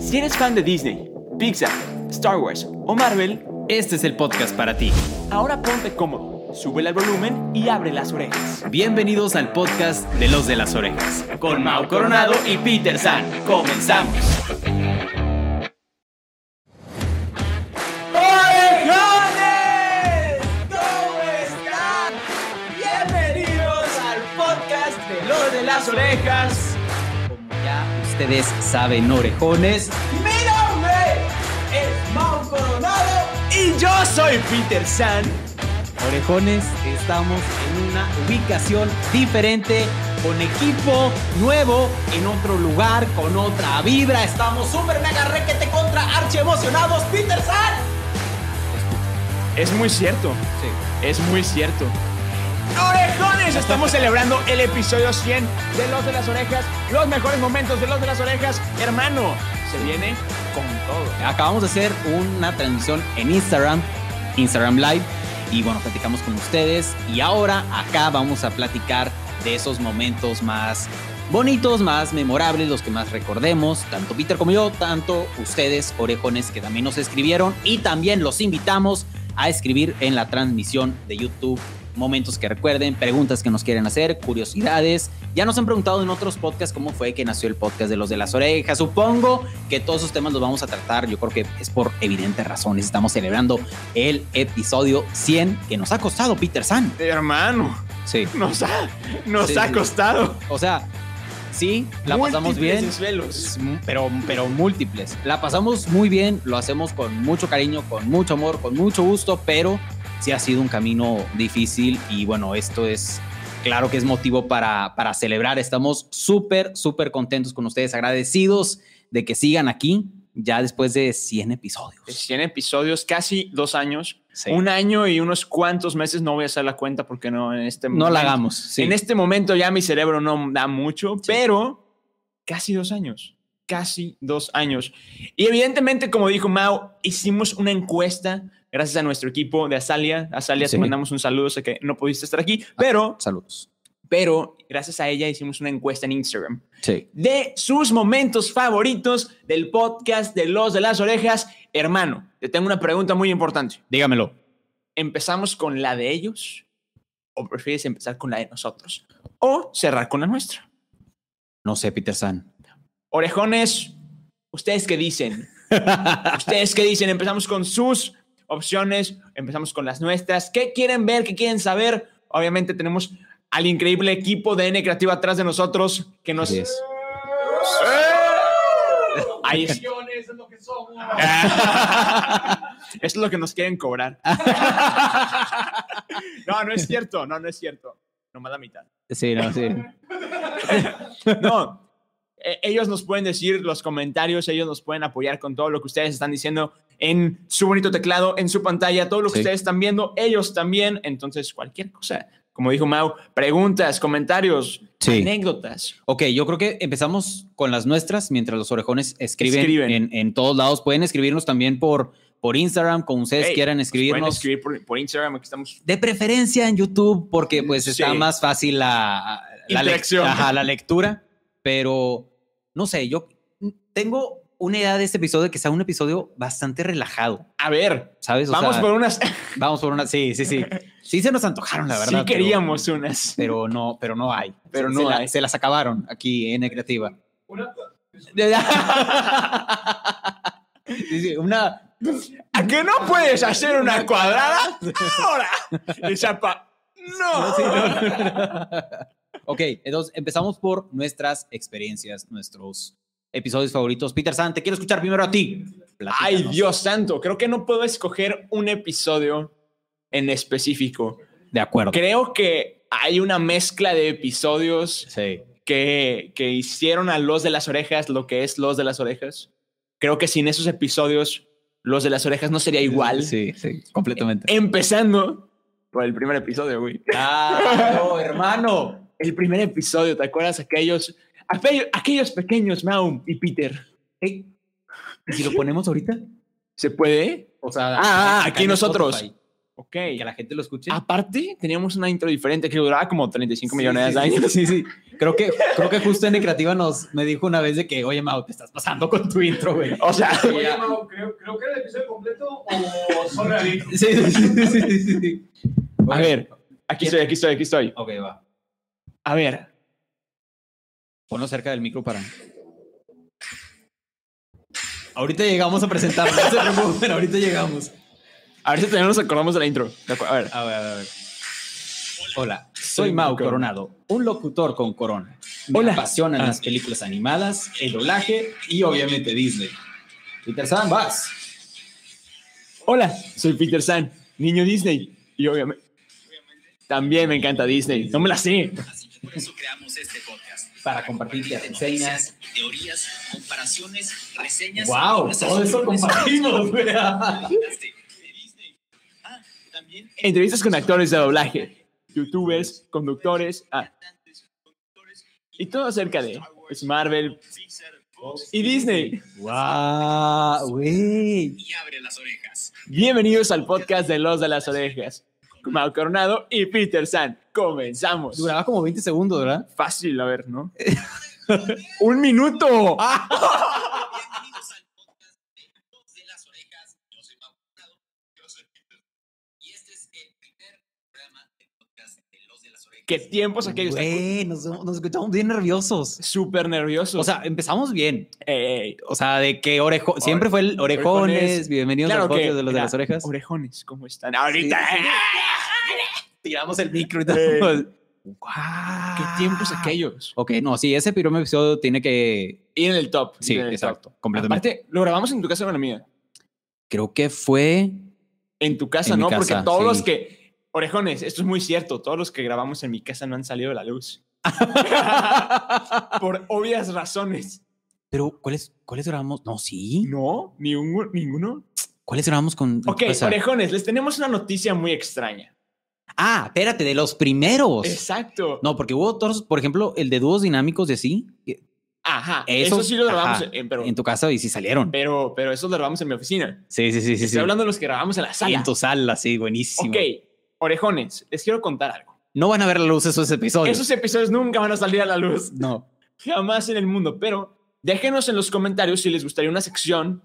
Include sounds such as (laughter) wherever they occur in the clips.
Si eres fan de Disney, Pixar, Star Wars o Marvel, Este es el podcast para ti. ahora ponte cómodo, súbele al volumen y abre las orejas. Bienvenidos al podcast de los de las orejas. Con Mau Coronado y Peter San. Comenzamos. ¡Orejones! ¿Cómo están? Bienvenidos al podcast de los de las orejas. Como ya ustedes saben, orejones. Mi nombre es Mau Coronado y yo soy Peter San. Orejones, estamos en una ubicación diferente, con equipo nuevo, en otro lugar, con otra vibra. Estamos súper mega requete contra archi emocionados, Peter San. Es muy cierto, Sí. es muy cierto. ¡Orejones! (laughs) Estamos celebrando el episodio 100 de Los de las Orejas, los mejores momentos de Los de las Orejas. Hermano, se viene con todo. Acabamos de hacer una transmisión en Instagram, Instagram Live, y bueno, platicamos con ustedes. Y ahora acá vamos a platicar de esos momentos más bonitos, más memorables, los que más recordemos, tanto Peter como yo, tanto ustedes, orejones, que también nos escribieron, y también los invitamos a escribir en la transmisión de YouTube. Momentos que recuerden, preguntas que nos quieren hacer, curiosidades. Ya nos han preguntado en otros podcasts cómo fue que nació el podcast de los de las orejas. Supongo que todos esos temas los vamos a tratar. Yo creo que es por evidentes razones. Estamos celebrando el episodio 100 que nos ha costado Peter San. Hermano, Sí. nos ha, nos Sí, ha sí. costado. O sea, sí, la pasamos Múltiples bien. desvelos. pero, pero múltiples. La pasamos muy bien, lo hacemos con mucho cariño, con mucho amor, con mucho gusto, pero sí ha sido un camino difícil y bueno, esto es, claro que es motivo para, para celebrar. Estamos súper, súper contentos con ustedes, agradecidos de que sigan aquí ya después de 100 episodios. 100 episodios, casi dos años. Sí. Un año y unos cuantos meses, no voy a hacer la cuenta porque no en este No la momento- hagamos. sí. En este momento ya mi cerebro no da mucho, pero casi dos años, casi dos años. Y evidentemente, como dijo Mau, hicimos una encuesta gracias a nuestro equipo de Azalia. Azalia, Sí. Ah. te mandamos un saludo, sé que no pudiste estar aquí, pero, Saludos. pero gracias a ella hicimos una encuesta en Instagram Sí. de sus momentos favoritos del podcast de Los de las Orejas. Hermano, te tengo una pregunta muy importante. Dígamelo. ¿Empezamos con la de ellos? ¿O prefieres empezar con la de nosotros? ¿O cerrar con la nuestra? No sé, Peter San. Orejones, ¿ustedes qué (laughs) dicen? ¿Ustedes qué dicen? Empezamos con sus opciones, empezamos con las nuestras. ¿Qué quieren ver? ¿Qué quieren saber? Obviamente tenemos al increíble equipo de N Creativa atrás de nosotros que nos... Así es. Ahí es. Millones es lo que somos. Eso (laughs) es lo que nos quieren cobrar. (laughs) No, no es cierto, no, no es cierto. Nomás la mitad. Sí, no, sí. No. eh, Ellos nos pueden decir los comentarios, ellos nos pueden apoyar con todo lo que ustedes están diciendo en su bonito teclado, en su pantalla, todo lo que Sí. ustedes están viendo, ellos también. Entonces, cualquier cosa, como dijo Mau, preguntas, comentarios, Sí. anécdotas. Ok, yo creo que empezamos con las nuestras, mientras los orejones escriben, Escriben. En, en todos lados. Pueden escribirnos también por, por Instagram, como ustedes Hey, quieran nos pueden escribirnos. escribir por, por Instagram, aquí estamos. De preferencia en YouTube, porque pues está Sí. más fácil la, la, lec- Interacción. ajá, la lectura. Pero, no sé, yo tengo una idea de este episodio que sea un episodio bastante relajado, A ver, ¿sabes? O vamos sea, por unas. vamos por una... Sí, sí, sí. Sí se nos antojaron, la verdad. sí pero- queríamos unas. Pero, no, pero no hay. Pero Se- no se la- hay. se las acabaron aquí en Creativa. Una- (laughs) Sí, sí, una. ¿A que no puedes hacer una cuadrada? Ahora. Y Chapa, no. Ok, entonces empezamos por nuestras experiencias, nuestros episodios favoritos. Peter San, te quiero escuchar primero a ti. Ay, Platícanos. Dios santo, creo que no puedo escoger un episodio en específico. De acuerdo. Creo que hay una mezcla de episodios Sí. que, que hicieron a Los de las Orejas lo que es Los de las Orejas. Creo que sin esos episodios, Los de las Orejas no sería igual. Eh, Sí, sí, completamente. Empezando por el primer episodio, güey. (laughs) Claro, hermano. El primer episodio, ¿te acuerdas? Aquellos, aquellos, aquellos pequeños, Maum y Peter. Eh. Ey, ¿Y si lo ponemos ahorita? ¿Se puede? O sea, Ah, ah, acá aquí en nosotros. Spotify. Ok. y que la gente lo escuche. Aparte, teníamos una intro diferente que duraba como 35 Sí, millones de sí, sí, años. (laughs) Sí, sí. Creo que, creo que justo en Creativa nos me dijo una vez de que, oye, Mau, te estás pasando con tu intro, güey. O sea, Sí, Oye, ya. Mau, creo, creo que era el episodio completo o solo el intro. (laughs) Sí, sí, sí, sí, sí, sí. a ver, aquí estoy, aquí estoy, aquí estoy. Ok, va. A ver, Ponlo cerca del micro para. Ahorita llegamos a presentarlo, no se preocupen, ahorita llegamos. a ver si también nos acordamos de la intro. De acu- A ver, A ver, a ver. Hola, soy Mau Coronado, un locutor con corona. Me Hola. apasionan Ah. las películas animadas, el doblaje y obviamente Disney. Peter San, vas. hola, soy Peter San, niño Disney. Y obviamente, también me encanta Disney. No me la sé. Así que por eso creamos este podcast. Para compartirte reseñas. Teorías, comparaciones, reseñas. Wow, y todo eso compartimos, güey. De Disney. Ah, también Entrevistas con actores de doblaje, youtubers, conductores, ah, cantantes, conductores, y todo acerca de pues, Marvel Pixar, Fox y Disney. Wow, güey. y abre las orejas. Bienvenidos al podcast de Los de las Orejas. Con Mau Coronado y Peter San. Comenzamos. Duraba como 20 segundos, ¿verdad? Fácil, a ver, ¿no? (laughs) ¡Un minuto! Ah. Bienvenidos al podcast de Dos de las Orejas. Yo soy Mau Coronado. Yo soy Peter. Y este es el primer programa del podcast de Los de las Orejas. ¡Qué tiempos aquellos! Güey, nos, nos escuchamos bien nerviosos. Súper nervioso. O sea, empezamos bien. Ey, ey. O sea, de que orejo, siempre fue el orejones, Orejones. bienvenidos al claro que. podcast de los de mira, las orejas. Orejones, ¿cómo están? Ahorita. Sí, sí. Tiramos el micro y todo. Guau. ¡Qué tiempos aquellos! Ok, no, sí, ese primer episodio tiene que. Y en el top. Sí, en el top. exacto, completamente. Aparte, lo grabamos en tu casa o en la mía. Creo que fue. En tu casa, En mi ¿no? casa, Porque todos sí. los que. Orejones, esto es muy cierto. Todos los que grabamos en mi casa no han salido de la luz. (laughs) Por obvias razones. Pero, ¿cuáles, ¿cuáles grabamos? No, sí. No, ni un- ninguno. ¿Cuáles grabamos con.? Ok, o sea, orejones, les tenemos una noticia muy extraña. Ah, espérate, de los primeros. Exacto. Pues, No, porque hubo otros, por ejemplo, el de dúos dinámicos de sí. Ajá. Eso- Eso, sí lo grabamos, ajá, en, pero, En tu casa y sí salieron. pero, pero eso lo grabamos en mi oficina. Sí, sí, sí, sí. Estoy sí. hablando de los que grabamos en la sala. En tu sala, sí, buenísimo. ok, orejones, les quiero contar algo. No van a ver la luz esos episodios. Esos episodios nunca van a salir a la luz. No. Jamás en el mundo. Pero déjenos en los comentarios si les gustaría una sección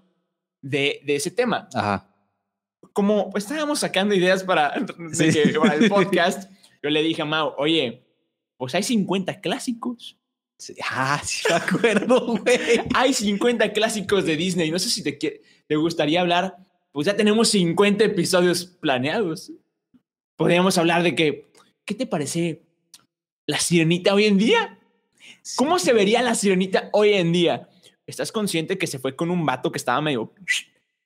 de, de ese tema. Ajá. como estábamos sacando ideas para, (laughs) de Sí. que- para el podcast, yo le dije a Mau, oye, pues hay 50 clásicos. Sí. Ah, sí me acuerdo, güey. Hay 50 clásicos de Disney. No sé si te, quie- te gustaría hablar. Pues ya tenemos 50 episodios planeados. Podríamos hablar de que, ¿qué te parece la sirenita hoy en día? ¿Cómo se vería la sirenita hoy en día? ¿Estás consciente que se fue con un vato que estaba medio...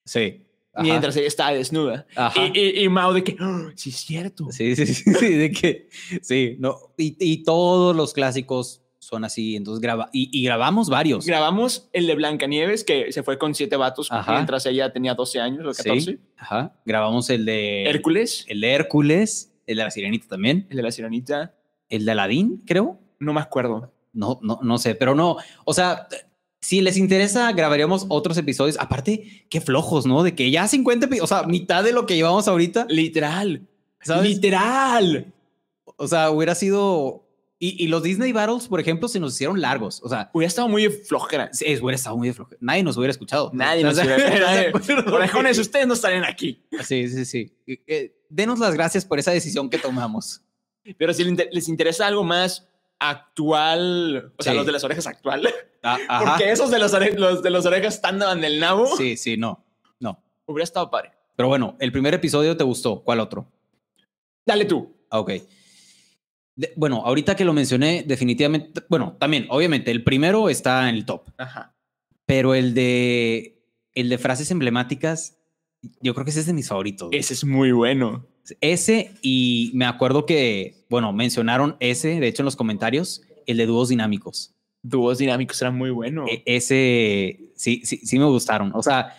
Sí. Ajá. mientras ella estaba desnuda? Ajá. Y, y- y Mau de que, "Ah, sí es cierto. Sí, (laughs) sí, sí, sí, de que. Sí, no. Y, y todos los clásicos son así. Entonces graba. Y, y grabamos varios. Grabamos el de Blancanieves, que se fue con siete vatos Ajá. mientras ella tenía 12 años o 14. Sí. Ajá. Grabamos el de. Hércules, El de Hércules. El de la Sirenita también. el de la sirenita, El de Aladín, creo. no me acuerdo. No, no, no sé, pero no. O sea, si les interesa, grabaríamos otros episodios. Aparte, qué flojos, ¿no? De que ya 50, epi- o sea, mitad de lo que llevamos ahorita. Literal, ¿Sabes? literal. O sea, hubiera sido. Y, y los Disney Battles, por ejemplo, se nos hicieron largos. O sea, Hubiera estado muy flojera. sí, es- hubiera estado muy de floje. Nadie nos hubiera escuchado. Nadie nos ¿Estás de- (laughs) hubiera- ¿Estás de acuerdo? Orejones, ustedes no estarían aquí. Sí, sí, sí. Eh, eh, denos las gracias por esa decisión que tomamos. Pero si les inter- les interesa algo más actual, o sea, Sí. los de las orejas actual, Ah, ajá. porque esos de las, ore- los de las orejas están del nabo, Sí, sí, no. No. hubiera estado padre. Pero bueno, el primer episodio te gustó. ¿Cuál otro? Dale tú. Ah, Ok. De- bueno, ahorita que lo mencioné, definitivamente, bueno, también, obviamente, el primero está en el top, Ajá. pero el de, el de frases emblemáticas, yo creo que ese es de mis favoritos. güey. Ese es muy bueno. Ese y me acuerdo que, bueno, mencionaron ese, de hecho, en los comentarios, el de dúos dinámicos. Dúos dinámicos eran muy buenos. E- ese, sí, sí, sí me gustaron. O sea,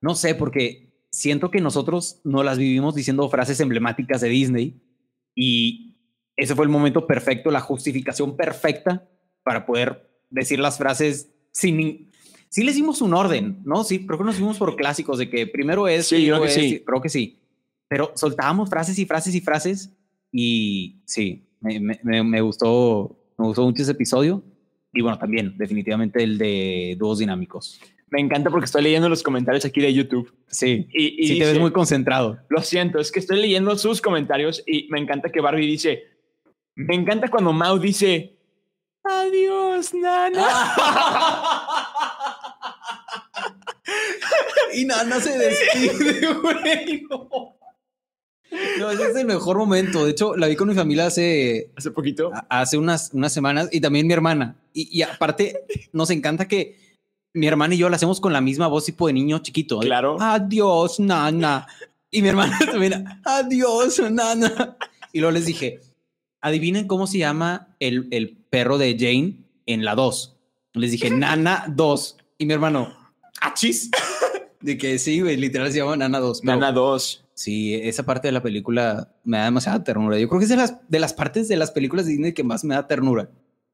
no sé, porque siento que nosotros no las vivimos diciendo frases emblemáticas de Disney y ese fue el momento perfecto, la justificación perfecta para poder decir las frases sin... nin- Sí les dimos un orden, ¿no? Sí, creo que nos fuimos por clásicos de que primero es... Sí, creo luego que es, sí. y- Creo que sí. pero soltábamos frases y frases y frases y sí, me, me- me- me gustó, me gustó mucho ese episodio y bueno, también definitivamente el de dúos dinámicos. Me encanta porque estoy leyendo los comentarios aquí de YouTube. Sí, Y, y sí te dice, ves muy concentrado. lo siento, es que estoy leyendo sus comentarios y me encanta que Barbie dice, me encanta cuando Mau dice, adiós, nana. (laughs) y Nana se despide, (laughs) güey. No. No, ese es el mejor momento. De hecho, la vi con mi familia hace Hace poquito. a- hace unas, unas semanas y también mi hermana. Y, y aparte, nos encanta que mi hermana y yo la hacemos con la misma voz tipo de niño chiquito. de, Claro. Adiós, nana. Y mi hermana (laughs) también, adiós, nana. Y luego les dije, adivinen cómo se llama el, el perro de Jane en la 2. Les dije, nana 2. Y mi hermano, achis. De que sí, güey, literal se llama Nana 2. pero- nana 2. Sí, esa parte de la película me da demasiada ternura. Yo creo que es de las, de las partes de las películas de Disney que más me da ternura.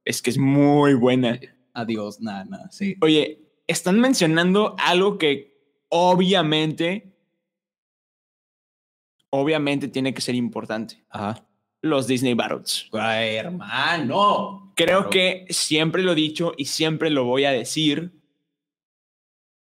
Es que es muy buena. Adiós, nana. Sí. Oye, están mencionando algo que obviamente, obviamente tiene que ser importante. Ajá. Los Disney Battles. Ay, hermano. Creo Claro. que siempre lo he dicho y siempre lo voy a decir.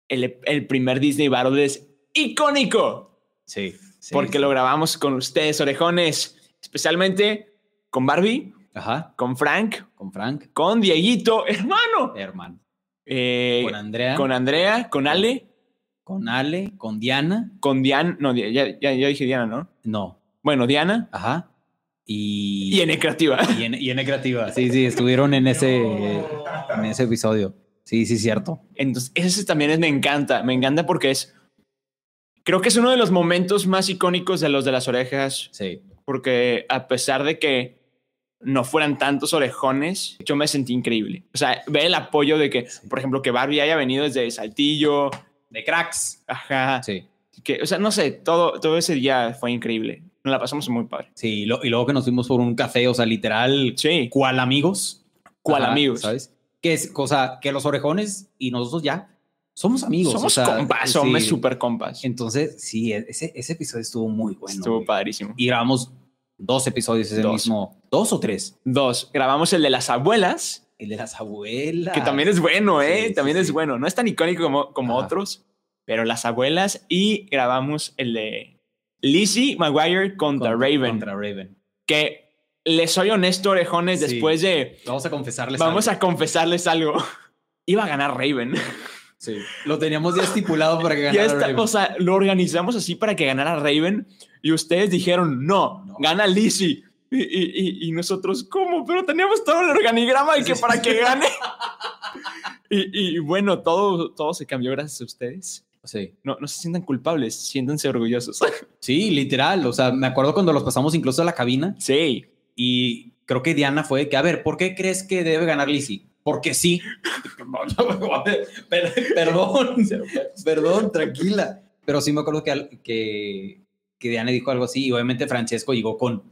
El, el primer Disney Battle es icónico Sí. sí, porque sí. lo grabamos con ustedes, orejones. Especialmente con Barbie, Ajá. con Frank, Con Frank, con Dieguito, (laughs) hermano. hermano. Eh, Con Andrea. con Con, Andrea, con Ale, Ale. Con Diana. con Diana. No, Di- ya, ya, ya dije Diana, ¿no? No. Bueno, Diana Ajá. Y. y N Creativa. (laughs) Y en, y en creativa. Sí, sí, estuvieron en ese, en ese episodio. Sí, sí, cierto. Entonces, ese también es, me encanta, me encanta porque es, creo que es uno de los momentos más icónicos de los de las orejas, Sí. porque a pesar de que no fueran tantos orejones, yo me sentí increíble. O sea, ve el apoyo de que, por ejemplo, que Barbie haya venido desde Saltillo, De cracks. ajá, Sí. que, o sea, no sé, todo, todo ese día fue increíble. Nos la pasamos muy padre. Sí. Y, lo- y luego que nos fuimos por un café, o sea, literal, Sí, cual amigos. cual Ajá, amigos. ¿Sabes? Que es cosa que los orejones y nosotros ya somos amigos. Somos o sea, compas, sí. somos super compas. Entonces, sí, e-, ese, ese episodio estuvo muy bueno. Estuvo güey. padrísimo. Y grabamos dos episodios ese Dos. mismo. Dos o tres. Dos, grabamos el de las abuelas. El de las abuelas. Que también es bueno, Sí, ¿eh? sí, también es sí. bueno. No es tan icónico como, como Ajá. otros, pero las abuelas y grabamos el de Lizzie McGuire contra, Raven. Contra Raven. Que les soy honesto, orejones, Sí. después de Vamos a confesarles. vamos algo. a confesarles algo. (laughs) Iba a ganar Raven. Sí. Lo teníamos ya estipulado para que Ya ganara está, Raven. o sea, lo organizamos así para que ganara Raven y ustedes dijeron, no, No. gana Lizzie. Y, y- y- y nosotros, ¿cómo? Pero teníamos todo el organigrama y que Sí. para (laughs) que gane. y, y bueno, todo, todo se cambió gracias a ustedes. Sí. No, no se sientan culpables, siéntanse orgullosos. Sí, literal. O sea, me acuerdo cuando los pasamos incluso a la cabina Sí, y creo que Diana fue de que, a ver, ¿por qué crees que debe ganar Lizzie? Porque sí. (laughs) Per- (laughs) perdón, perdón, tranquila. Pero sí me acuerdo que, al- que, que Diana dijo algo así y obviamente Francesco llegó con,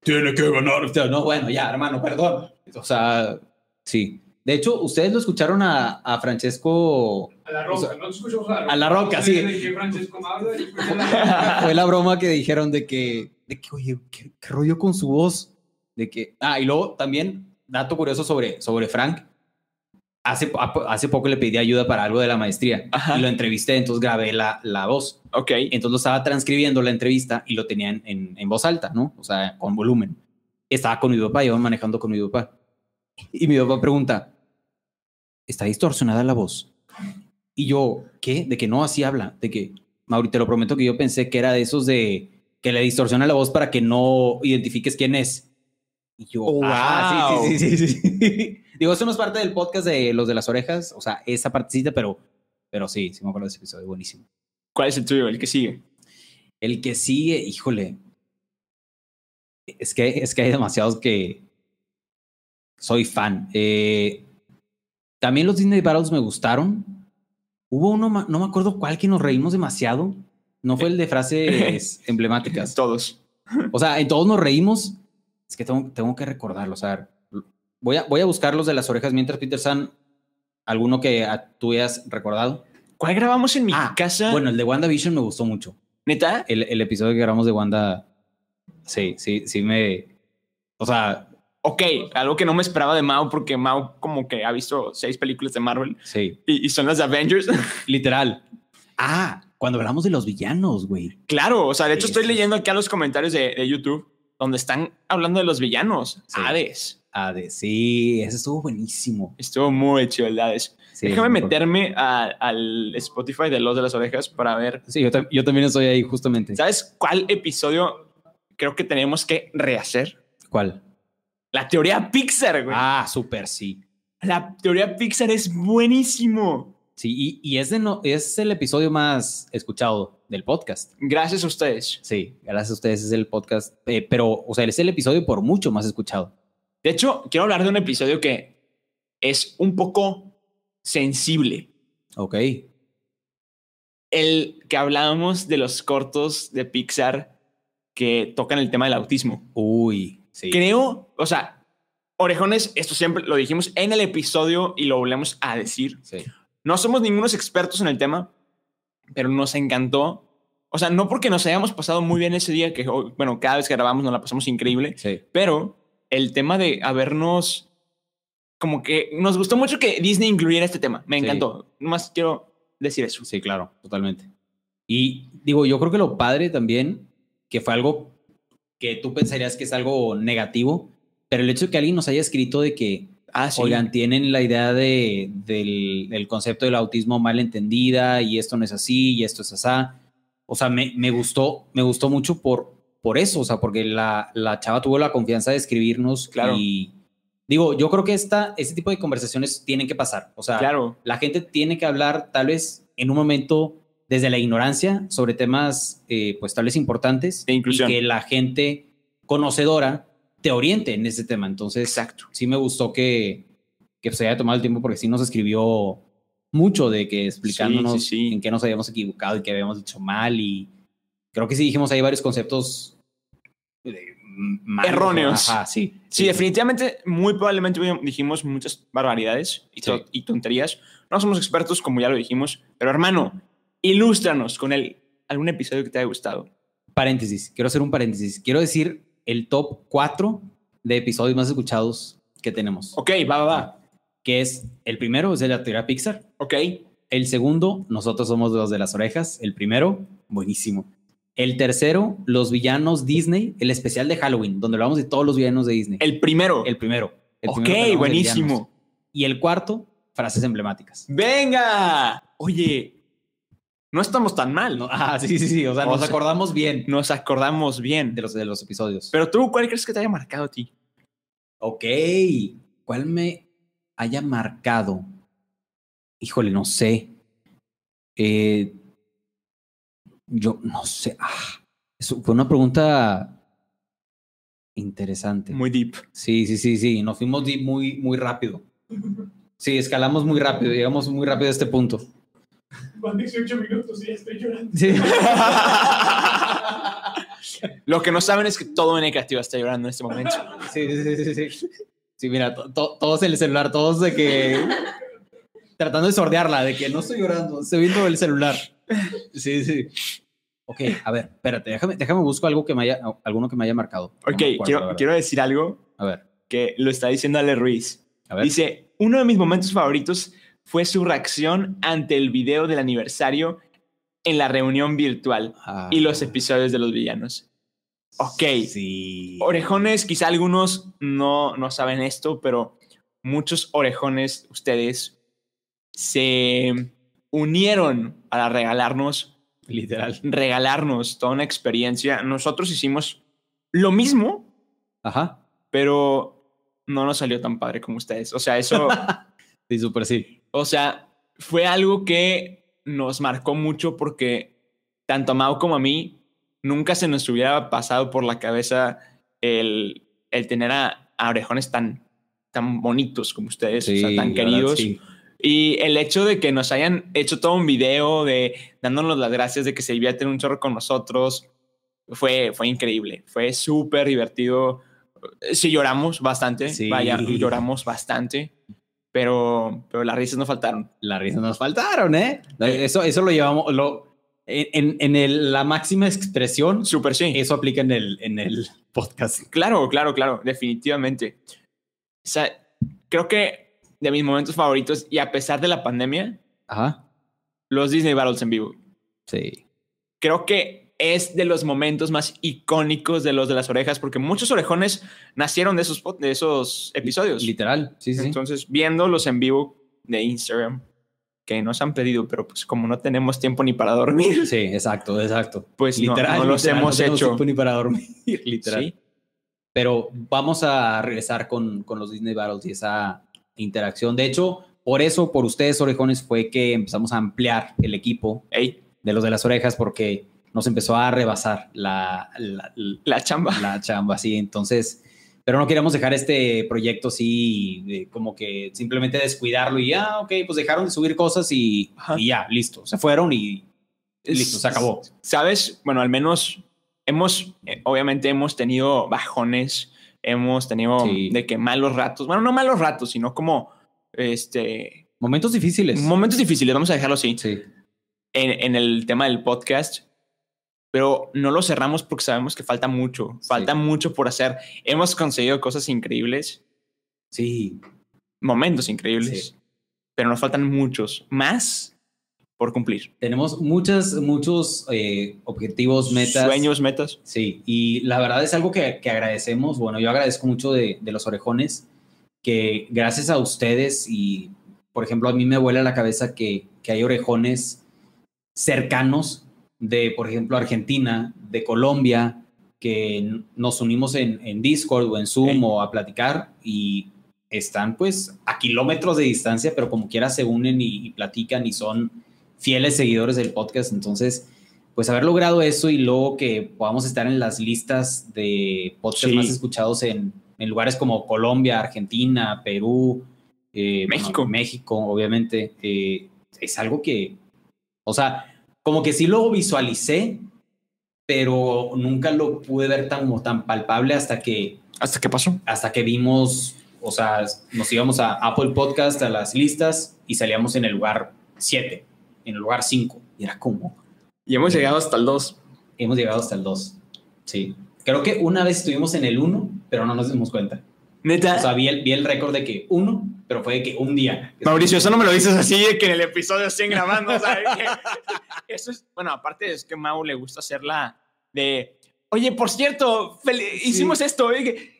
tiene que ganar. usted". No, bueno, ya, hermano, perdón. O sea, sí. De hecho, ustedes lo escucharon a, a Francesco A la roca, O sea, no escuchamos a la roca. a La Roca, No sé sí. de qué Francesco me habla, y escuché a (laughs) la- fue la broma que dijeron de que, de que oye, ¿qué, qué rollo con su voz? De que, ah, y luego también, dato curioso sobre, sobre Frank. Hace, po- hace poco le pedí ayuda para algo de la maestría Ajá. y lo entrevisté, entonces grabé la, la voz. ok. Entonces lo estaba transcribiendo la entrevista y lo tenía en, en- en voz alta, ¿no? O sea, con volumen. Estaba con mi papá, iba manejando con mi papá. Y mi papá pregunta, ¿está distorsionada la voz? Y yo, ¿qué? De que no, así habla. De que, Mauri, te lo prometo que yo pensé que era de esos de que le distorsiona la voz para que no identifiques quién es. Y yo, Oh, ah, wow. sí, sí, sí, sí, sí. (laughs) Digo, eso no es parte del podcast de Los de las Orejas, o sea, esa partecita, pero, pero sí, sí me acuerdo de ese episodio, buenísimo. ¿Cuál es el tuyo? El que sigue. El que sigue, híjole. Es que, es que hay demasiados que soy fan. Eh, también los Disney Battles me gustaron. Hubo uno, ma- no me acuerdo cuál, que nos reímos demasiado. No fue el de frases emblemáticas. Todos. O sea, en todos nos reímos. Es que tengo, tengo que recordarlos. A ver, voy a, voy a buscar los de las orejas mientras, Peter San, alguno que ah, tú hayas recordado. ¿Cuál grabamos en mi Ah, casa? Ah. Bueno, el de WandaVision me gustó mucho. ¿Neta? El, el episodio que grabamos de Wanda, sí, sí, sí me... O sea, Ok, algo que no me esperaba de Mao, porque Mao como que ha visto seis películas de Marvel sí, y, y son las de Avengers. literal. Ah, cuando hablamos de los villanos, güey. claro, o sea, de hecho Sí, estoy sí, leyendo acá los comentarios de, de YouTube donde están hablando de los villanos. Sí. Hades. Ah, de sí, ese estuvo buenísimo. Estuvo muy chido el de Hades. Sí, Déjame es mejor. meterme a- al Spotify de Los de las Orejas para ver. Sí, yo, tam- yo también estoy ahí justamente. ¿Sabes cuál episodio creo que tenemos que rehacer? ¿Cuál? La teoría Pixar, güey. Ah, súper, sí. La teoría Pixar es buenísimo. Sí, y, y es, de no, es el episodio más escuchado del podcast. Gracias a ustedes. Sí, gracias a ustedes es el podcast, eh, pero, o sea, es el episodio por mucho más escuchado. De hecho, quiero hablar de un episodio que es un poco sensible. Ok. El que hablábamos de los cortos de Pixar que tocan el tema del autismo. Uy, sí. Creo, o sea, orejones, esto siempre lo dijimos en el episodio y lo volvemos a decir. Sí. No somos ningunos expertos en el tema, pero nos encantó. O sea, no porque nos hayamos pasado muy bien ese día, que oh, bueno, cada vez que grabamos nos la pasamos increíble, sí. pero el tema de habernos como que nos gustó mucho que Disney incluyera este tema. Me Sí. encantó. Nomás quiero decir eso. Sí, claro, totalmente. Y digo, yo creo que lo padre también, que fue algo que tú pensarías que es algo negativo, pero el hecho de que alguien nos haya escrito de que, Ah, sí. oigan, tienen la idea de, del, del concepto del autismo mal entendida y esto no es así y esto es asá. O sea, me, me gustó, me gustó mucho por, por eso, o sea, porque la, la chava tuvo la confianza de escribirnos. Claro. Y digo, yo creo que esta, este tipo de conversaciones tienen que pasar. O sea, claro. la gente tiene que hablar tal vez en un momento desde la ignorancia sobre temas eh, pues tal vez importantes De inclusión. y que la gente conocedora te oriente en ese tema. Entonces, Exacto. sí me gustó que, que se haya tomado el tiempo porque sí nos escribió mucho de que explicándonos Sí, sí, sí. en qué nos habíamos equivocado y qué habíamos dicho mal y creo que sí dijimos ahí varios conceptos eh, malos, ¿no? Erróneos. Ajá, sí. Sí, definitivamente, muy probablemente dijimos muchas barbaridades y, to- Sí. y tonterías. No somos expertos, como ya lo dijimos, pero hermano, ilústranos con el, algún episodio que te haya gustado. paréntesis, quiero hacer un paréntesis. Quiero decir el top 4 de episodios más escuchados que tenemos. Ok, va, va, va. Que es el primero, es de la teoría Pixar. Ok, El segundo, nosotros somos los de las orejas. El primero, buenísimo. El tercero, los villanos Disney, el especial de Halloween, donde hablamos de todos los villanos de Disney. el primero. El primero. el primero ok, que hablamos de villanos. buenísimo. Y el cuarto, frases emblemáticas. Venga. Oye, no estamos tan mal. No, ah, sí, sí, sí. O sea, O nos sea- acordamos bien Nos acordamos bien. de los, de los episodios. Pero tú, ¿cuál crees que te haya marcado a ti? Ok, ¿cuál me haya marcado? Híjole, no sé. Eh, yo no sé. Ah, eso fue una pregunta interesante. Muy deep. Sí, sí, sí, sí. Nos fuimos di- muy, muy rápido. Sí, escalamos muy rápido. Llegamos muy rápido a este punto. Van 18 minutos y ya estoy llorando. (laughs) Sí. (laughs) Lo que no saben es que todo en negativa está llorando en este momento. Sí, sí, sí, sí, sí. Sí, mira, to- to- todos en el celular, todos de que. Tratando de sordearla, de que no estoy llorando, estoy viendo el celular. Sí, sí. Ok, a ver, espérate, déjame, déjame busco algo que me haya, alguno que me haya marcado. No me Ok, acuerdo, la quiero, verdad. quiero decir algo A ver, que lo está diciendo Ale Ruiz. a ver. Dice, uno de mis momentos favoritos fue su reacción ante el video del aniversario en la reunión virtual Ah, y los episodios de los villanos. Ok, Sí. orejones, quizá algunos no, no saben esto, pero muchos orejones, ustedes, se unieron para regalarnos, literal, regalarnos toda una experiencia. Nosotros hicimos lo mismo, Ajá. pero no nos salió tan padre como ustedes. O sea, (laughs) eso, Sí, súper sí. o sea, fue algo que nos marcó mucho porque tanto a Mau como a mí nunca se nos hubiera pasado por la cabeza el, el tener a, a orejones tan, tan bonitos como ustedes, o sea, Sí, tan la verdad, queridos. sí. Y el hecho de que nos hayan hecho todo un video de dándonos las gracias de que se divierten un chorro con nosotros fue, fue increíble. Fue súper divertido. Sí, lloramos bastante. Sí. Vaya, lloramos bastante. Pero, pero las risas no faltaron. Eh. Las risas nos faltaron, ¿eh? Eso, eso lo llevamos, lo, en, en el- la máxima expresión, Súper sí. eso aplica en el, en el podcast. Claro, claro, claro, definitivamente. O sea, creo que de mis momentos favoritos, y a pesar de la pandemia, Ajá. los Disney Battles en vivo. Sí. Creo que es de los momentos más icónicos de los de las orejas, porque muchos orejones nacieron de esos, pod- de esos episodios. Literal. Sí, sí. Pues, Entonces, viéndolos en vivo de Instagram, que nos han pedido, pero pues como no tenemos tiempo ni para dormir, Sí, exacto, exacto. pues no- literal, no, los literal, hemos tenemos hecho. tiempo ni para dormir, literal. Sí, Pero vamos a regresar con, con los Disney Battles y esa interacción. De hecho, por eso, por ustedes, orejones, fue que empezamos a ampliar el equipo ey, de los de las orejas porque nos empezó a rebasar la, la, la chamba. la (laughs) chamba, sí. Entonces, pero no queríamos dejar este proyecto así, de como que simplemente descuidarlo y ya, ok, pues dejaron de subir cosas y, Ajá. y ya, listo. Se fueron y Es- listo, se acabó. ¿sabes? Bueno, al menos hemos, eh, obviamente hemos tenido bajones, hemos tenido Sí. de que malos ratos, bueno, no malos ratos, sino como, este, Momentos difíciles. momentos difíciles, vamos a dejarlo así, sí, en, en el tema del podcast, pero no lo cerramos porque sabemos que falta mucho, Sí. falta mucho por hacer. Hemos conseguido cosas increíbles, sí, momentos increíbles, Sí. pero nos faltan muchos más por cumplir. tenemos muchas, muchos eh, objetivos, metas. Sueños, metas. Sí, y la verdad es algo que, que agradecemos. Bueno, yo agradezco mucho de, de los orejones, que gracias a ustedes y, por ejemplo, a mí me vuela la cabeza que, que hay orejones cercanos de, por ejemplo, Argentina, de Colombia, que n- nos unimos en, en Discord o en Zoom Ey. o a platicar y están pues a kilómetros de distancia, pero como quiera se unen y, y platican y son fieles seguidores del podcast. Entonces, pues haber logrado eso y luego que podamos estar en las listas de podcasts Sí. más escuchados en, en lugares como Colombia, Argentina, Perú, eh, México. bueno, México, obviamente, eh, es algo que, o sea, como que sí lo visualicé, pero nunca lo pude ver tan, como tan palpable hasta que ¿Hasta qué pasó? hasta que vimos, o sea, nos íbamos a Apple Podcast, a las listas y salíamos en el lugar 7, en el lugar 5. Y era como, Y hemos llegado hasta el 2. hemos llegado hasta el 2. Sí. Creo que una vez estuvimos en el 1, pero no nos dimos cuenta. Neta. O sea, vi el, vi el récord de que 1, pero fue de que un día. Mauricio, eso no me lo dices así de que en el episodio 100 grabando, o sea, que- (laughs) eso es, bueno, aparte es que a Mau le gusta hacer la de, oye, por cierto, fel- hicimos esto, oye, que-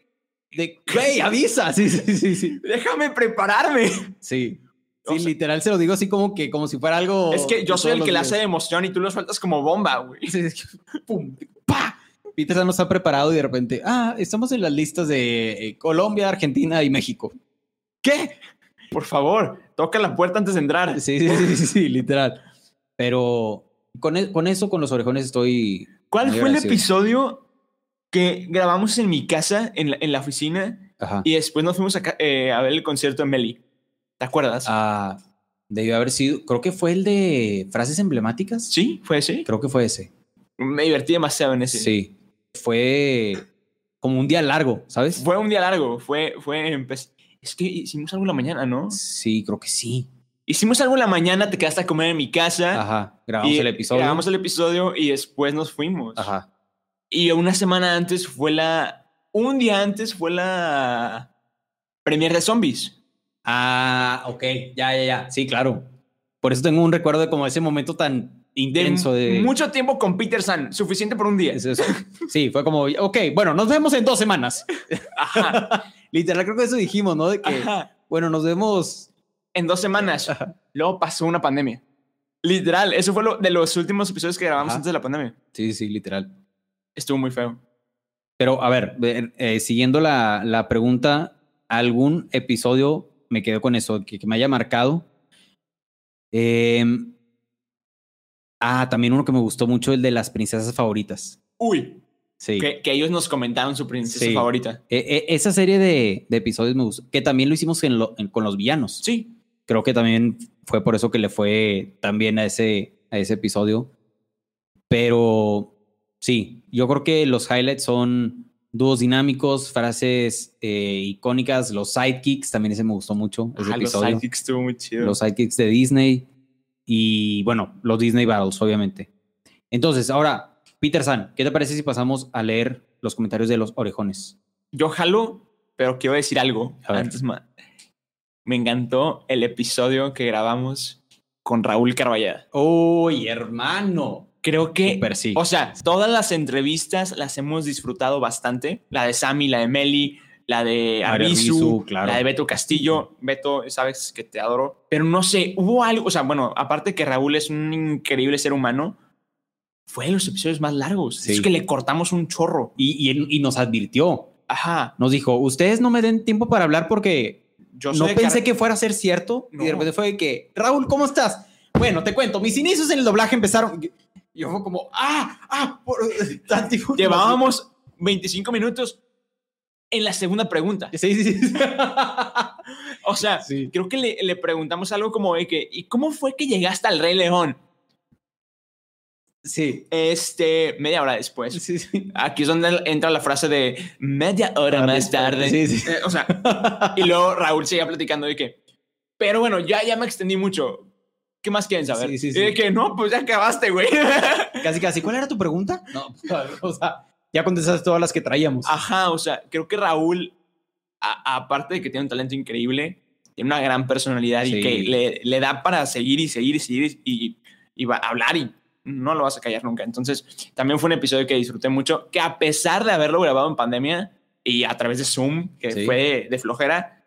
De, güey, avisa. Sí, sí, sí, sí. déjame prepararme. Sí. O sea- literal se lo digo así como que como si fuera algo. es que yo de soy todos el que los la días. hace de emoción y tú lo sueltas como bomba, güey. Sí, es (laughs) que, pum, pa. Peter San no está preparado y de repente, ah, estamos en las listas de eh, Colombia, Argentina y México. ¿Qué? Por favor, toca la puerta antes de entrar. Sí, sí, sí, sí, sí, literal. Pero con, e- con eso, con los orejones estoy... ¿Cuál Muy fue el gracioso. episodio que grabamos en mi casa, en la, en la oficina, Ajá. y después nos fuimos a, ca- eh, a ver el concierto de Meli? ¿Te acuerdas? Ah, debió haber sido, creo que fue el de frases emblemáticas. Sí, fue ese. Creo que fue ese. Me divertí demasiado en Sí. ese. Fue como un día largo, ¿sabes? Fue un día largo, fue, fue, empe- es que hicimos algo en la mañana, ¿no? Sí, creo que sí. Hicimos algo en la mañana, te quedaste a comer en mi casa. Ajá. Ah, Grabamos y el episodio. Grabamos el episodio y después nos fuimos. Ajá. Y una semana antes fue la, un día antes fue la premier de zombies. Ah, ok. Ya, ya, ya. Sí, claro. Por eso tengo un recuerdo de como ese momento tan De intenso de... mucho tiempo con Peter San, suficiente por un día. Es eso. Sí, fue como, ok, bueno, nos vemos en dos semanas. Ajá, (laughs) Literal, creo que eso dijimos, ¿no? De (laughs) que, ajá. bueno, nos vemos. En dos (laughs) semanas. Luego pasó una pandemia. Literal, eso fue lo, de los últimos episodios que grabamos Ajá. antes de la pandemia. Sí, sí, literal. Estuvo muy feo. Pero a ver, ver, eh, siguiendo la, la pregunta, ¿algún episodio, me quedo con eso, que, que me haya marcado? Em, ah, también uno que me gustó mucho, el de las princesas favoritas. Uy, Sí. Que, que ellos nos comentaron su princesa Sí. favorita. E- e- esa serie de, de episodios me gustó, que también lo hicimos en lo- en- con los villanos. Sí. creo que también fue por eso que le fue también a ese, a ese episodio. Pero sí, yo creo que los highlights son dúos dinámicos, frases eh, icónicas, los sidekicks, también ese me gustó mucho, ese Ajá, los episodio. sidekicks estuvo muy chido. Los sidekicks de Disney y bueno, los Disney Battles, obviamente. Entonces, ahora, Peter San, ¿qué te parece si pasamos a leer los comentarios de los orejones? Yo jalo, pero quiero decir algo. A ver. Antes más. Me encantó el episodio que grabamos con Raúl Carballeda. ¡Uy, hermano! Creo que Súper sí. O sea, todas las entrevistas las hemos disfrutado bastante. La de Sammy, la de Meli, la de La de Arbizu, Arbizu, claro. la de Beto Castillo. Beto, sabes que te adoro. Pero no sé, hubo algo. O sea, bueno, aparte que Raúl es un increíble ser humano, fue de los episodios más largos. Sí. Es que le cortamos un chorro. Y, y- y nos advirtió. Ajá. Nos dijo, ustedes no me den tiempo para hablar porque Yo no soy de pensé car- que fuera a ser cierto. Y de No. repente fue de que, Raúl, ¿cómo estás? Bueno, te cuento, mis inicios en el doblaje empezaron. Yo fue como, ah, ah, por, (laughs) tanto tiempo". Llevábamos 25 minutos en la segunda pregunta. Sí, sí, sí. O sea, Sí. creo que le, le preguntamos algo como de que, ¿y cómo fue que llegaste al Rey León? Sí. Este, media hora después. Sí, sí. Aquí es donde entra la frase de media hora más tarde. Sí, sí. Eh, o sea, y luego Raúl seguía platicando de que, pero bueno, ya, ya me extendí mucho. ¿Qué más quieren saber? Sí, sí, Y de sí. que no, pues ya acabaste, güey. (laughs) Casi, casi. ¿Cuál era tu pregunta? No, o sea, ya contestaste todas las que traíamos. Ajá, o sea, creo que Raúl, a- aparte de que tiene un talento increíble, tiene una gran personalidad Sí. y que le, le da para seguir y seguir y seguir y, y va a hablar y no lo vas a callar nunca. Entonces, también fue un episodio que disfruté mucho, que a pesar de haberlo grabado en pandemia y a través de Zoom, que Sí. fue de, de flojera,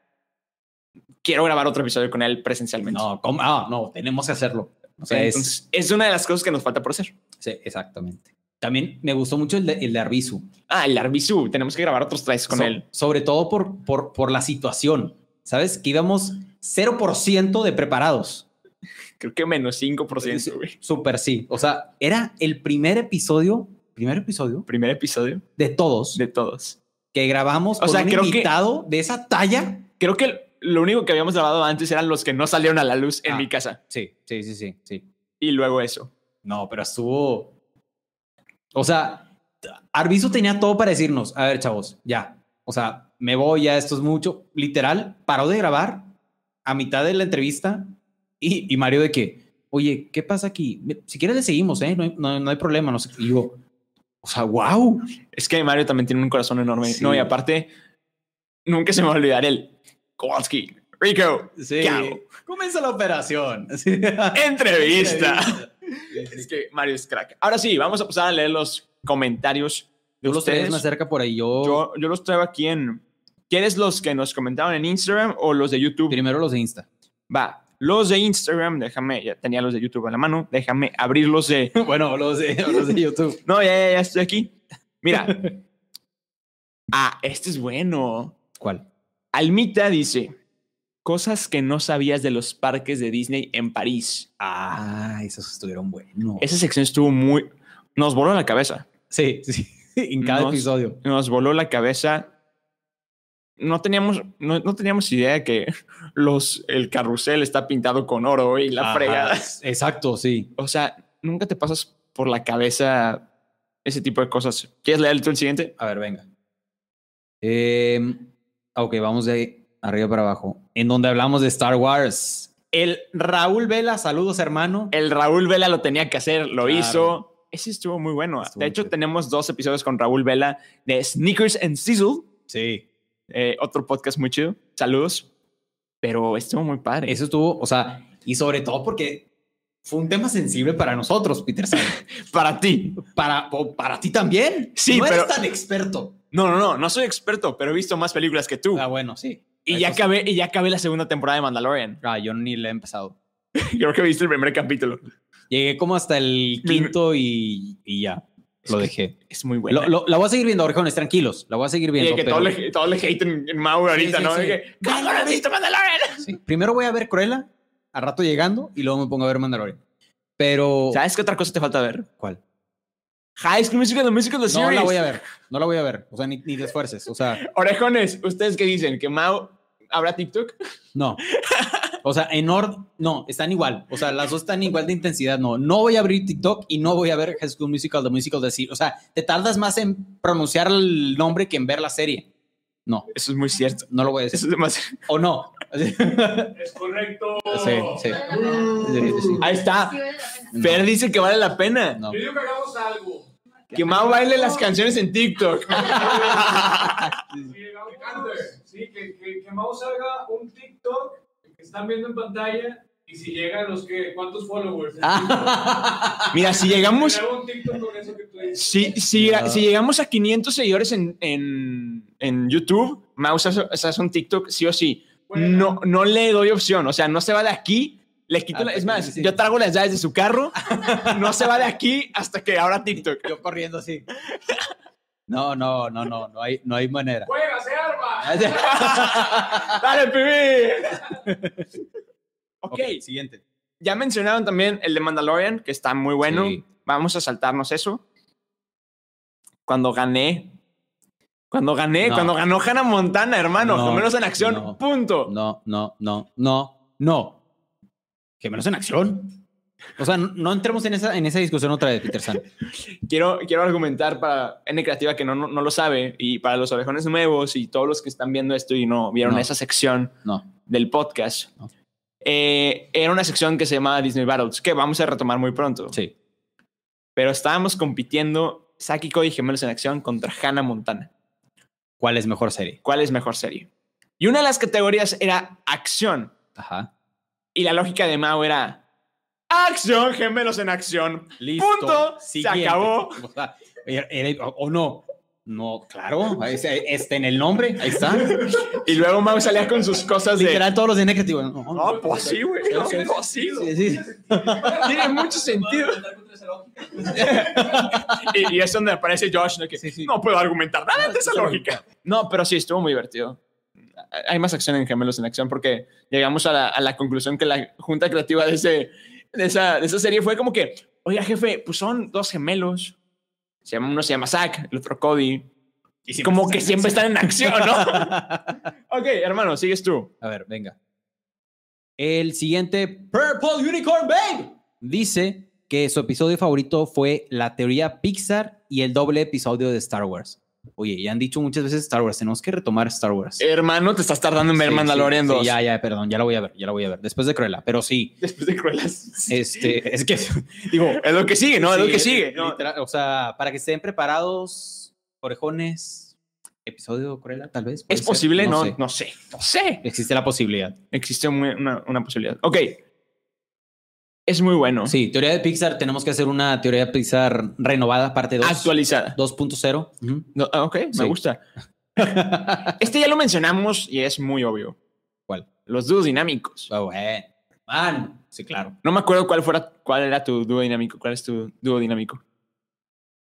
quiero grabar otro episodio con él presencialmente. No, ¿cómo? Ah, no, tenemos que hacerlo. O sea, es- Entonces, es una de las cosas que nos falta por hacer. sí, exactamente. También me gustó mucho el de, el de Arbizu. Ah, el Arbizu, tenemos que grabar otros tres Pues, con So- él. Sobre todo por, por, por la situación. ¿Sabes? Que íbamos 0% de preparados. Creo que menos 5%, güey. Súper sí. O sea, era el primer episodio, primer episodio Primer episodio de todos de todos. que grabamos O con sea, un creo que- invitado de esa talla. creo que lo único que habíamos grabado antes eran los que no salieron a la luz en Ah. mi casa. Sí, sí, sí, sí, sí. Y luego eso. No, pero estuvo. O sea, Arbizu tenía todo para decirnos: A ver, chavos, ya. O sea, me voy, ya esto es mucho. Literal, paró de grabar a mitad de la entrevista y, y Mario, de que, oye, ¿qué pasa aquí? Me- Si quieres, le seguimos, ¿eh? No hay, no- no hay problema. No sé. qué". Y yo, o sea, wow. Es que Mario también tiene un corazón enorme. Sí. No, y aparte, nunca se me va a olvidar el Kowalski. Rico, Sí. Comienza la (laughs) operación. entrevista. (laughs) es que Mario es crack. Ahora sí, vamos a pasar a leer los comentarios de Yo los tres ustedes. más cerca por ahí. Yo, yo, yo los traigo aquí en... ¿Quieres los que nos comentaron en Instagram o los de YouTube? primero los de Insta. Va, los de Instagram, déjame, ya tenía los de YouTube en la mano, déjame abrir los de (laughs) bueno, los de, los de YouTube. No, ya, ya, ya estoy aquí. Mira. (laughs) ah, este es bueno. ¿Cuál? Almita dice: Cosas que no sabías de los parques de Disney en París. Ah, esos estuvieron buenos. Esa sección estuvo muy. Nos voló la cabeza. Sí, sí. (laughs) En cada Nos- episodio. Nos voló la cabeza. No teníamos, no, no teníamos idea de que los, el carrusel está pintado con oro y la Ajá, fregada. Exacto, sí. O sea, nunca te pasas por la cabeza ese tipo de cosas. ¿Quieres leer tú el siguiente? A ver, venga. Em, ok, vamos de arriba para abajo. En donde hablamos de Star Wars. El Raúl Vela, saludos, hermano. El Raúl Vela lo tenía que hacer, lo Claro. hizo. Ese estuvo muy bueno. Estuvo de hecho, chido. tenemos dos episodios con Raúl Vela de Sneakers and Sizzle, Sí. eh, otro podcast muy chido. Saludos. Pero estuvo muy padre. Eso estuvo, o sea, y sobre todo porque fue un tema sensible para nosotros, Peter. San. para ti. (laughs) para, o para ti también. Sí, no eres pero- tan experto. No, no, no, no soy experto, pero he visto más películas que tú. Ah, bueno, sí. y, ya Hay cosas- acabé, y ya acabé la segunda temporada de (laughs) Mandalorian. Ah, yo ni le he empezado. Creo que viste el primer capítulo. Llegué como hasta el quinto y, y ya. Es Lo que dejé. Es muy bueno. Lo- lo- la voy a seguir viendo, orejones, tranquilos. La voy a seguir y viendo. de que pero- todo le, todo le hate en, en Mau ahorita, sí, ¿no? sí. De que, ¿Cómo no has visto Mandalorian? sí. Primero voy a ver Cruella, al rato llegando, y luego me pongo a ver Mandalorian. Pero. ¿Sabes qué otra cosa te falta ver? ¿Cuál? High School Musical, The Musical, The No Series. la voy a ver. No la voy a ver. O sea, ni, ni te esfuerces. O sea, Orejones, ¿ustedes qué dicen? ¿Que Mau habrá TikTok? no. O sea, en orden, no, están igual. O sea, las dos están igual de intensidad. No, no voy a abrir TikTok y no voy a ver High School Musical, The Musical, The Series. O sea, te tardas más en pronunciar el nombre que en ver la serie. No, Eso es muy cierto. no lo voy a decir. Eso es demasiado. O no. Sí, Es correcto. Mm. sí. sí, sí. Ahí está. Sí, vale la pena. No, Fer dice que vale la pena. no. Yo digo que hagamos algo. Que Mau baile las canciones en TikTok. Sí, hagamos- sí, que, que, que Mau salga un TikTok que están viendo en pantalla y si llegan los que, ¿cuántos followers? Ah, Mira, si llegamos, Que haga un TikTok con eso que tú dices. si, si, No. si llegamos a 500 seguidores en, en, en YouTube, Mau se hace se hace un TikTok sí o sí. No, no le doy opción. O sea, no se va de aquí. Le quito la- Hasta es que más, Ah, sí. yo trago las llaves de su carro. No se va de aquí hasta que ahora TikTok. Yo corriendo así. (laughs) No, no, no, no, no hay, no hay (laughs) manera. ¡Juega, se arma! ¡Dale, pibe! (laughs) Ok, ok, siguiente. Ya mencionaron también el de Mandalorian, que está muy bueno. Sí. Vamos a saltarnos eso. Cuando gané. Cuando gané, No. cuando ganó Hannah Montana, hermano. No, Gemelos en acción, no. punto. No, no, no, no, no. Que menos en acción. O sea, no, no entremos en esa, en esa discusión otra vez, Peter San. Quiero, quiero argumentar para N Creativa que no, no, no lo sabe y para los orejones nuevos y todos los que están viendo esto y no vieron No. esa sección No. del podcast. No. Eh, era una sección que se llamaba Disney Battles, que vamos a retomar muy pronto. Sí. Pero estábamos compitiendo Saki Cody Gemelos en Acción contra Hannah Montana. ¿Cuál es mejor serie? cuál es mejor serie. Y una de las categorías era acción. Ajá. Y la lógica de Mao era acción, gemelos en acción. Listo. Punto. Se acabó. O, sea, era- era- o- o no. No, claro. ahí está, Está en el nombre. Ahí está. Y luego Mao salía con sus cosas de. Literal, todos los de negativo. No, No, pues sí, güey. No, pues sí, güey. Sí, sí. Tiene mucho sentido. Y, y es donde aparece Josh, ¿no? Que Sí, sí. no puedo argumentar nada de esa lógica. No, pero sí, estuvo muy divertido. Hay más acción en Gemelos en Acción porque llegamos a la, a la conclusión que la junta creativa de, ese, de, esa, de esa serie fue como que, oiga jefe, pues son dos gemelos. Se llama, uno se llama Zack, el otro Cody. Y siempre Como están que en siempre acción. están en acción, ¿no? (laughs) ok, hermano, sigues tú. A ver, venga. El siguiente, Purple Unicorn Babe, dice que su episodio favorito fue la teoría Pixar y el doble episodio de Star Wars. Oye, ya han dicho muchas veces Star Wars, tenemos que retomar Star Wars. Hermano, te estás tardando en ver Sí, Mandalorian sí, sí, 2. ya, ya, perdón, ya la voy a ver, ya la voy a ver. Después de Cruella, pero sí. Después de Cruelas. Este, (laughs) es que, digo, Es lo que sigue, (laughs) ¿no? Es lo Sí, eh, que sigue. literal, o sea, para que estén preparados, orejones, episodio Cruella, tal vez. puede ¿Es ser, posible? No, sé. no sé. No sé. Existe la posibilidad. existe un- una, una posibilidad. Ok. Es muy bueno. Sí, teoría de Pixar, tenemos que hacer una teoría de Pixar renovada, parte Ah, 2. Actualizada. 2.0. Ujú. No, ah, ok, Sí. me gusta. (laughs) este ya lo mencionamos y es muy obvio. ¿Cuál? Los dúos dinámicos. Ah, bueno. Man, sí, claro. No me acuerdo cuál, fuera, cuál era tu dúo dinámico. ¿Cuál es tu dúo dinámico?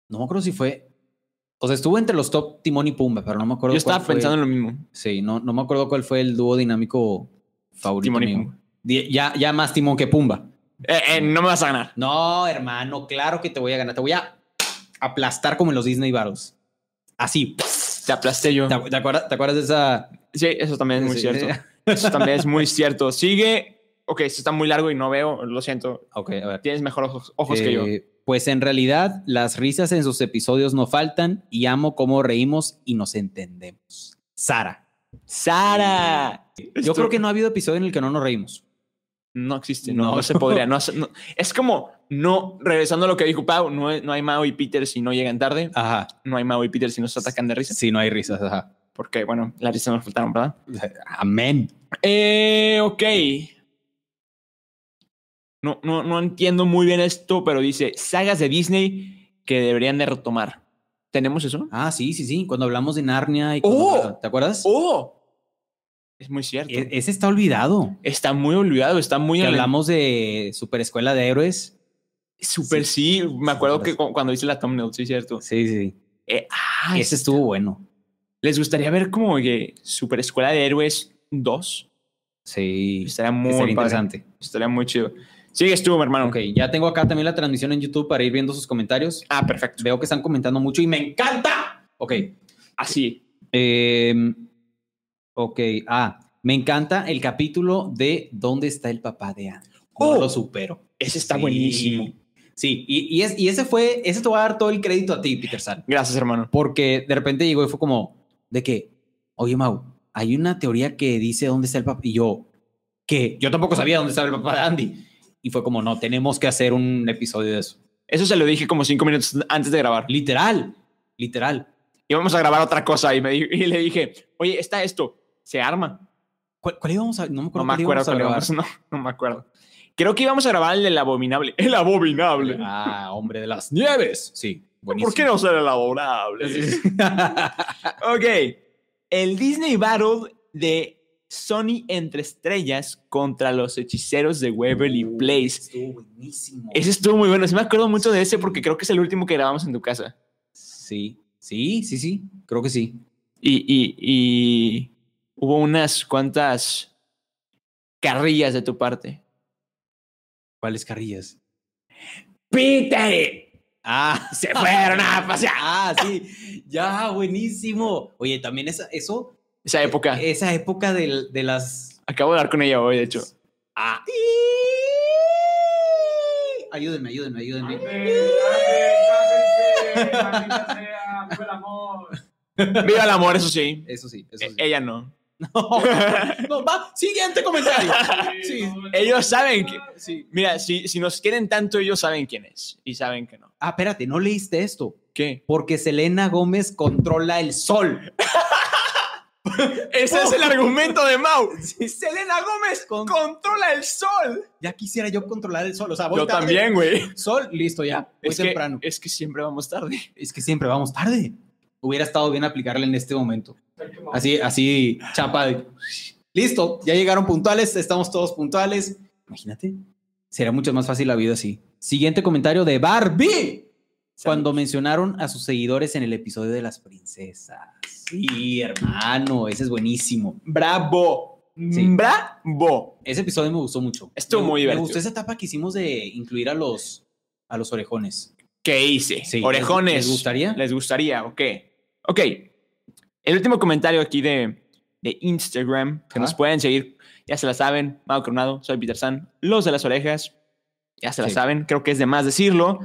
No me acuerdo si fue. O sea, estuvo entre los top Timón y Pumba, pero no me acuerdo. Yo estaba cuál fue- pensando en lo mismo. Sí, no, no me acuerdo cuál fue el dúo dinámico favorito. Timón y mío. Pumba. Di- Ya, ya más Timón que Pumba. Eh, eh, no me vas a ganar. No, hermano, claro que te voy a ganar. Te voy a aplastar como en los Disney Battles. Así. Te aplasté yo. ¿Te, acu- te acuerdas, te acuerdas de esa? Sí, eso también es muy Sí. cierto. Eso también es muy cierto. Sigue. Ok, esto está muy largo y no veo. Lo siento. (laughs) Ok, a ver. Tienes mejores ojos, ojos que yo. Eh, Pues en realidad las risas en sus episodios no faltan y amo cómo reímos y nos entendemos. Sara. Sara. Yo Esto- creo que no ha habido episodio en el que no nos reímos. No existe, no, No. no se podría. No, se- no- es como, no, regresando a lo que dijo Pau, no, hay- no hay Mao y Peter si no llegan tarde, Ajá. no hay Mao y Peter si nos atacan de risa, Sí, no hay risas. Ajá. porque bueno, las risas nos faltaron, ¿verdad? Amén. Eh, ok. No, no, no entiendo muy bien esto, pero dice, sagas de Disney que deberían de retomar. ¿Tenemos eso? Ah, sí, sí, sí. Cuando hablamos de Narnia y... cuando- ¡Oh! ¿Te acuerdas? ¡Oh! Es muy cierto. E- ese está olvidado. está muy olvidado, está muy... Que en la- hablamos de Super Escuela de Héroes. Súper sí, me acuerdo que cu- cuando hice la thumbnail, sí, cierto. Sí, sí. sí. Eh, ah, E, Ese estuvo bueno. ¿Les gustaría ver como que Super Escuela de Héroes 2? Sí. Estaría muy Sería padre. interesante. Estaría muy chido. Sigues tú, hermano. Ok, ya tengo acá también la transmisión en YouTube para ir viendo sus comentarios. Ah, perfecto. Ah, Veo que están comentando mucho y me encanta. Ok. Así. em, ok. Ah, me encanta el capítulo de ¿Dónde está el papá de Ana? No Oh, lo supero. Ese está Sí. buenísimo. Sí, y, y es, y ese fue, ese te voy a dar todo el crédito a ti, Peter San. Gracias, hermano. Porque de repente llegó y fue como, ¿de qué? oye, Mau, hay una teoría que dice dónde está el papá. Y yo, que yo tampoco sabía dónde estaba el papá de Andy. Y fue como, no, tenemos que hacer un episodio de eso. Eso se lo dije como cinco minutos antes de grabar. Literal, literal. Y vamos a grabar otra cosa. Y, me, di- y le dije, oye, está esto. Se arma. ¿Cuál, cuál íbamos a No me No acuerdo me cuál acuerdo íbamos a cuál grabar. íbamos, (laughs) no, no me acuerdo. Creo que íbamos a grabar el del abominable. El abominable. Ah, hombre de las nieves. Sí, buenísimo. ¿Por qué no ser el abominable? (laughs) ok. El Disney Battle de Sony entre estrellas contra los hechiceros de Waverly Place. Estuvo buenísimo. Ese estuvo muy bueno. Sí me acuerdo mucho de ese porque creo que es el último que grabamos en tu casa. Sí, sí, sí, sí. Creo que sí. Y, y, y hubo unas cuantas carrillas de tu parte. ¿Cuáles carrillas? ¡Peter! Ah, (laughs) (laughs) se fueron a pasear. Ah, sí. Ya, buenísimo. Oye, también esa, eso, Esa época. esa época del- de las. Acabo de hablar con ella hoy, de (laughs) hecho. Ah. Ayúdenme, ayúdenme, ayúdenme. (laughs) Viva el amor, eso sí. Eso sí, eso E- sí. Ella no. (laughs) No, va, siguiente comentario. Sí. Ellos saben que- Sí. Mira, si, si nos quieren tanto, ellos saben quién es. Y saben que no. Ah, espérate, no leíste esto. ¿Qué? Porque Selena Gómez controla el sol. (laughs) Ese es el argumento de Mau. Selena Gómez con- Controla el sol. Ya quisiera yo controlar el sol. O sea, voy Yo tarde. también, güey. Sol, listo ya. Muy Es que, temprano. es que siempre vamos tarde. Es que siempre vamos tarde. Hubiera estado bien aplicarla en este momento. Así, así, chapa. de- Listo, ya llegaron puntuales, estamos todos puntuales. Imagínate. Será mucho más fácil la vida así. Siguiente comentario de Barbie. Cuando mencionaron a sus seguidores en el episodio de las princesas. Sí, hermano, ese es buenísimo. Bravo. Sí. Bravo. Ese episodio me gustó mucho. Estuvo Me- muy Me divertido. gustó esa etapa que hicimos de incluir a los, a los orejones. ¿Qué hice? Sí. Orejones. ¿Les gustaría? ¿Les gustaría? Ok. Ok. El último comentario aquí de, de Instagram, que Ajá. nos pueden seguir, ya se la saben, Mau Coronado, soy Peter San, los de las orejas, ya se la Sí. saben, creo que es de más decirlo,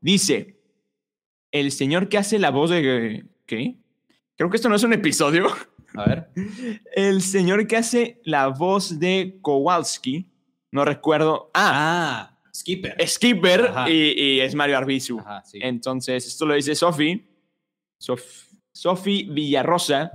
dice, el señor que hace la voz de... ¿Qué? Creo que esto no es un episodio. A ver. El señor que hace la voz de Kowalski, no recuerdo. Ah, Ah, Skipper. Skipper Ajá. y, y es Mario Arbizu. Ajá, sí. Entonces, esto lo dice Sofi. Sof- Sofi Villarrosa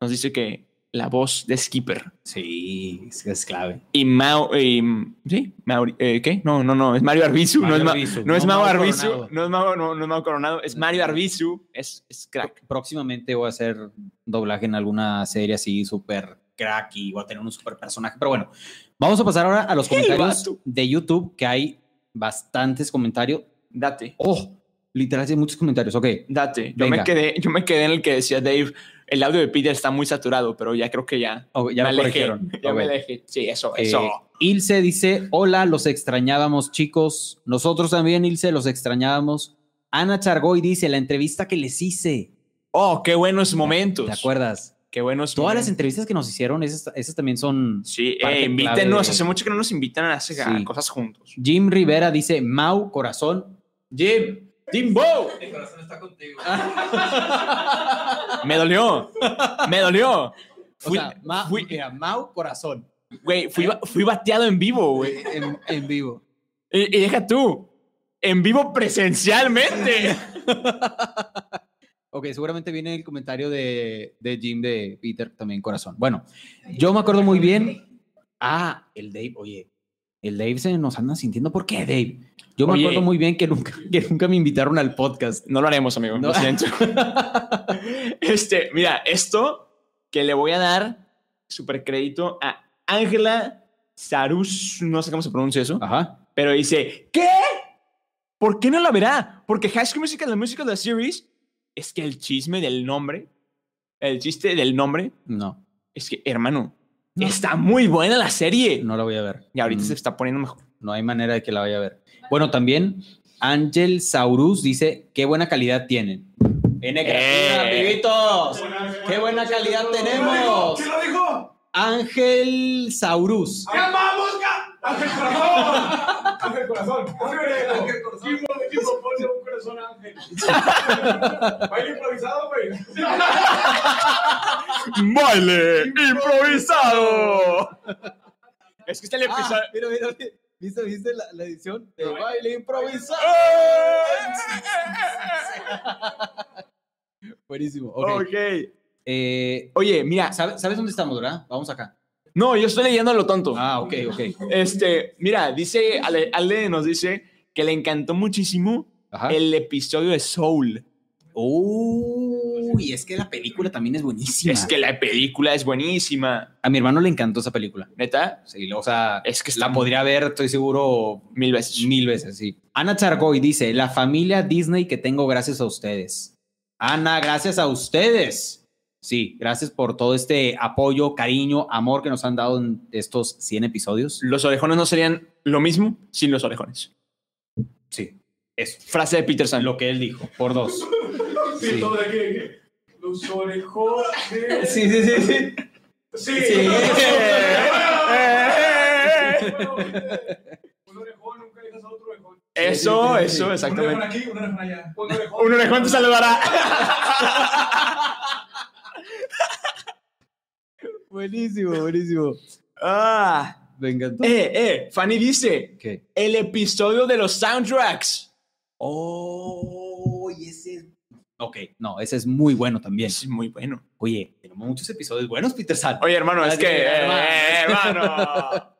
nos dice que la voz de Skipper. Sí, es, es clave. Y Mao. y- ¿Sí? Mauri- eh, ¿Qué? No, no, no. Es Mario Arbizu. Mario no es, Ma- Arbizu, no es no Mao Mao Arbizu. Coronado. No es Mao, no, no es Mao Coronado. Es Mario Arbizu. Es, es crack. Próximamente voy a hacer doblaje en alguna serie así súper crack y voy a tener un súper personaje. Pero bueno, vamos a pasar ahora a los Hey, comentarios vato. de YouTube, que hay bastantes comentarios. Date. Oh, literal, sí, muchos comentarios. Ok, Date. Yo Venga. me, quedé, yo me quedé en el que decía Dave. El audio de Peter está muy saturado, pero ya creo que ya. ok, ya me, alejé, corrigieron. Ya me Ok. alejé. Sí, eso, Eh, eso. Ilse dice, hola, los extrañábamos chicos. Nosotros también, Ilse, los extrañábamos. Ana Chargoy dice, la entrevista que les hice. Oh, qué buenos momentos. ¿Te acuerdas? Qué buenos Todas las momentos. entrevistas que nos hicieron, esas, esas también son... Sí, parte eh, invítenos. clave. Hace mucho que no nos invitan a hacer Sí. cosas juntos. Jim Rivera dice, Mau, corazón. Jim, Jimbo. El corazón está contigo. (laughs) Me dolió. Me dolió. Ah. O Fui- sea, Ma- fui- mira, Mau, corazón. Güey, fui, ba- fui bateado en vivo, güey. En, en vivo. Y, y deja tú. En vivo presencialmente. Ok, seguramente viene el comentario de, de Jim de Peter, también corazón. Bueno, yo me acuerdo muy bien. Ah, el Dave, oye, el Dave se nos anda sintiendo. ¿Por qué, Dave? Yo me Oye. acuerdo muy bien que nunca, (laughs) que nunca me invitaron al podcast. No lo haremos, amigo. No. Lo siento. (laughs) Este, mira, esto que le voy a dar super crédito a Ángela Sarus. No sé cómo se pronuncia eso. Ajá. Pero dice, ¿qué? ¿Por qué no la verá? Porque High School Musical, la musical de la series, es que el chisme del nombre, el chiste del nombre, No, es que, hermano, No. está muy buena la serie. no la voy a ver. Y ahorita Mm, se está poniendo mejor. No hay manera de que la vaya a ver. Bueno, también Ángel Saurus dice, qué buena calidad tienen. N creativa, Eh. amiguitos. Qué buena calidad tenemos. ¿Quién lo dijo? Ángel Saurus. ¡Qué amamos, ca- Ángel Corazón! Ángel Corazón. Ángel Corazón. Equipo, equipo, ponle un corazón (laughs) a Ángel. Baile improvisado, güey. baile (laughs) improvisado. Es que está el episodio. Ah, mira, mira, mira. ¿Viste, viste la, la edición? De No, eh. baile improvisado. Buenísimo. (laughs) ok. ok. Eh, Oye, mira. ¿sabe- ¿Sabes dónde estamos, verdad? Vamos acá. No, yo estoy leyendo lo tonto. Ah, ok, ok. Este, mira, dice Ale, Ale nos dice que le encantó muchísimo Ajá. el episodio de Soul. Uy, es que la película también es buenísima. Es que la película es buenísima. a mi hermano le encantó esa película. Neta, Sí, o sea, es que está la podría ver, estoy seguro, mil veces. mil veces, sí. Ana Chargoy dice, la familia Disney que tengo gracias a ustedes. Ana, gracias a ustedes. Sí, gracias por todo este apoyo, cariño, amor que nos han dado en estos 100 episodios. Los orejones no serían lo mismo sin los orejones. Sí, eso. Frase de Peterson. Lo que él dijo, por dos. Sí. Sí, todo de que- que Los orejones. sí, sí, sí. Sí. Sí. (laughs) (laughs) Un orejón nunca dejas a otro orejón. (laughs) Eso, Sí, sí, sí, sí. eso, Un exactamente. orejón aquí, un orejón allá. Un Un orejón te saludará. (laughs) Buenísimo, buenísimo. Ah, Me encantó. eh, eh. Fanny dice ¿Qué? el episodio de los soundtracks. Oh, y ese. Ok, no, ese es muy bueno también. Es muy bueno. Oye, tenemos muchos episodios buenos, Peter San. Oye, hermano, es Así que. es, hermano. eh, hermano.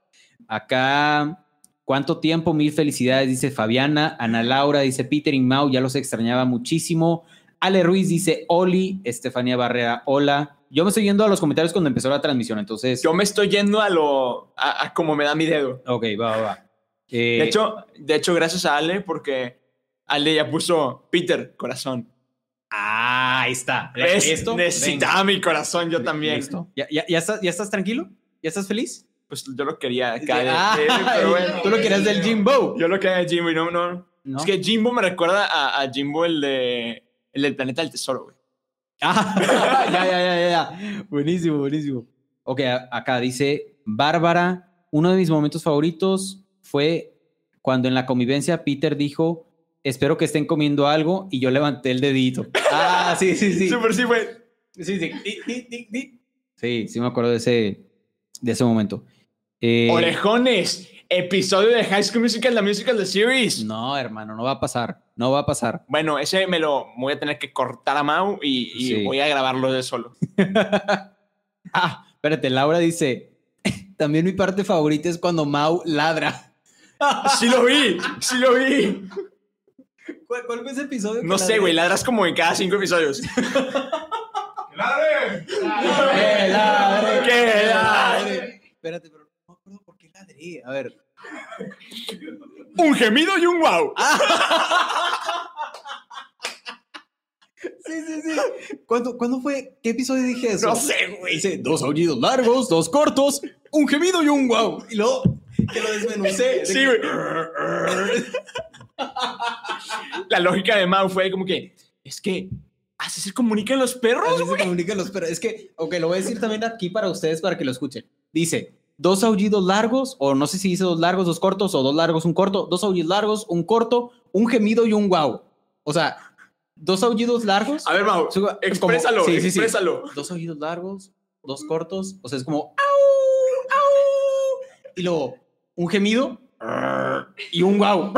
Acá, ¿cuánto tiempo? Mil felicidades, dice Fabiana. Ana Laura dice Peter y Mau, ya los extrañaba muchísimo. Ale Ruiz dice Oli. Estefanía Barrera, hola. Yo me estoy yendo a los comentarios cuando empezó la transmisión, (laughs) entonces. Yo me estoy yendo a lo. a, a como me da mi dedo. Ok, va, va, va. Eh, De hecho, de hecho, gracias a Ale, porque Ale ya puso Peter, corazón. ah, ahí está. ¿Ves? Esto, Necesitaba mi corazón yo venga. también. Listo. ¿Ya, ya, ya estás, ¿Ya estás tranquilo? ¿Ya estás feliz? Pues yo lo quería acá. de- de- (laughs) pero Ah, bueno. Tú lo querías del Jimbo. Yo lo quería de Jimbo y no, no. ¿no? Es que Jimbo me recuerda a, a Jimbo, el, de, el del planeta del tesoro, güey. Ah, (laughs) ya, ya, ya, ya, ya. Buenísimo, buenísimo. Ok, a- acá dice Bárbara, uno de mis momentos favoritos fue cuando en la convivencia Peter dijo, espero que estén comiendo algo y yo levanté el dedito. Ah, sí, sí, sí. Súper sí, güey. Sí, sí. Di, di, di, di. Sí, sí me acuerdo de ese, de ese momento. Eh, Orejones, episodio de High School Musical, la musical, the series. no, hermano, no va a pasar, no va a pasar. Bueno, ese me lo voy a tener que cortar a Mau y, y Sí. voy a grabarlo de solo. Ah, espérate, Laura dice, (laughs) también mi parte favorita es cuando Mau ladra. (laughs) Sí lo vi, sí lo vi. ¿Cuál, cuál fue ese episodio? que No sé, ladró? güey, ladras como en cada cinco episodios. ¡Ladre! ¡Que ladre! ¡Que ladre! Espérate, pero no me acuerdo por qué ladré. A ver. Un gemido y un wow. Sí, sí, sí. ¿Cuándo, cuándo fue? ¿Qué episodio dije eso? No sé, güey. Hice dos aullidos largos, dos cortos, un gemido y un guau. Y luego que lo desmenucé. Sí, güey. La lógica de Mau fue como que, es que, ¿así se comunican los perros? Así se comunican los perros. Es que, ok, lo voy a decir también aquí para ustedes para que lo escuchen. Dice, dos aullidos largos, o no sé si dice dos largos, dos cortos, o dos largos, un corto, dos aullidos largos, un corto, un gemido y un guau. O sea, dos aullidos largos. A ver, Mau, Su- como- exprésalo, sí, sí, sí. exprésalo. Dos oídos largos, dos cortos, o sea, es como "Au, au", y luego un gemido y un guau.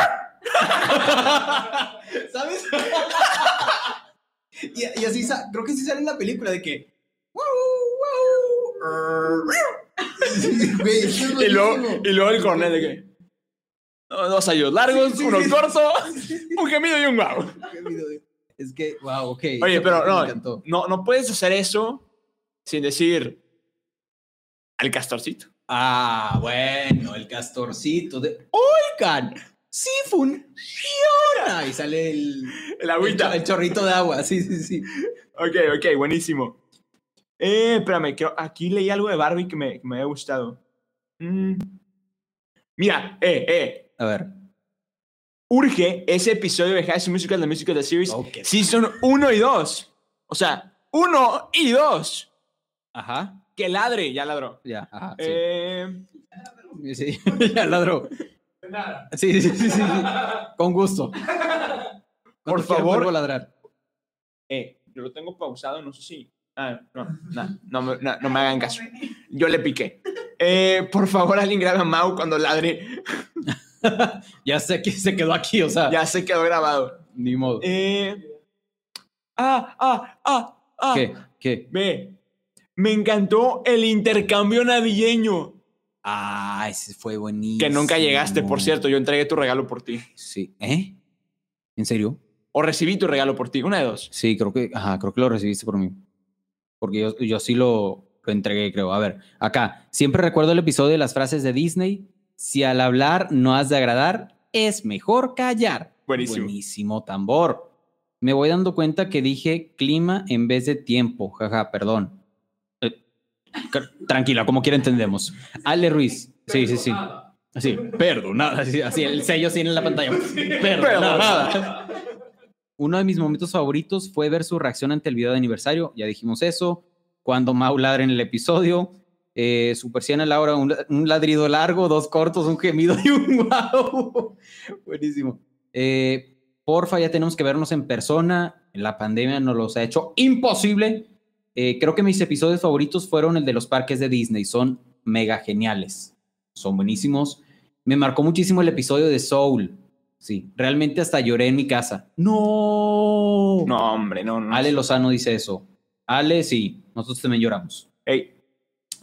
¿Sabes? (laughs) y, y así sa- creo que sí sale en la película de que "Guau, guau". (laughs) Güey, es que es Y luego, buenísimo. y luego el cornet de que, no, dos ayudos largos, Sí, sí, uno (laughs) sí. corto, un gemido y un wow. Un gemido de- Es que, wow, ok. Oye, esa pero parte me no, encantó. no, no puedes hacer eso sin decir al castorcito. Ah, bueno, el castorcito de. ¡Oigan! ¡Sí funciona! Y sale el, El el, cho- agüita. el chorrito de agua. Sí, sí, sí. Ok, ok, buenísimo. Eh, espérame, creo- aquí leí algo de Barbie que me, que me había gustado. Mm. Mira, eh, eh. A ver. Urge ese episodio de High School Musical, The Musical, The Series, Ok. Season 1 y 2. O sea, 1 y 2. Ajá. Que ladre, ya ladró. Ya, ajá. Sí. Eh, (laughs) Sí, (laughs) ya ladró. De nada. Sí, sí, sí, sí, sí. (laughs) Con gusto. Cuando quiera favor. vuelvo a ladrar. eh, yo lo tengo pausado, no sé si. Ah, no, no, no, me- no, no me hagan caso. Yo le piqué. Eh, por favor, alguien grabe a Mau cuando ladre. Ya sé que se quedó aquí, o sea, Ya se quedó grabado. ni modo. Eh, ah, ah, ah, ah. ¿Qué? ¿Qué? Ve, me encantó el intercambio navideño. Ah, ese fue buenísimo. Que nunca llegaste, Mm. por cierto. Yo entregué tu regalo por ti. Sí. ¿Eh? ¿En serio? O recibí tu regalo por ti. Una de dos. Sí, creo que, ajá, creo que lo recibiste por mí. Porque yo, yo sí lo, lo entregué, creo. A ver, acá. Siempre recuerdo el episodio de las frases de Disney. Si al hablar no has de agradar, es mejor callar. Buenísimo. Buenísimo tambor. Me voy dando cuenta que dije clima en vez de tiempo. Jaja, perdón. Eh, cr- tranquila, como quiera entendemos. Ale Ruiz. Sí, sí, sí. Nada. Así, perdonada. Así, así, el sello así en la pantalla. Perdonada. Perdonada. Uno de mis momentos favoritos fue ver su reacción ante el video de aniversario. Ya dijimos eso. Cuando Mau ladra en el episodio. Eh, su persiana Laura, un, la- un ladrido largo, dos cortos, un gemido y un (laughs) wow. Buenísimo. Eh, porfa, ya tenemos que vernos en persona. La pandemia nos los ha hecho imposible. Eh, creo que mis episodios favoritos fueron el de los parques de Disney. Son mega geniales. Son buenísimos. Me marcó muchísimo el episodio de Soul. Sí, realmente hasta lloré en mi casa. ¡No! No, hombre, no, no. Oh. Ale Lozano dice eso. Ale, sí, nosotros también lloramos. Ey, eh,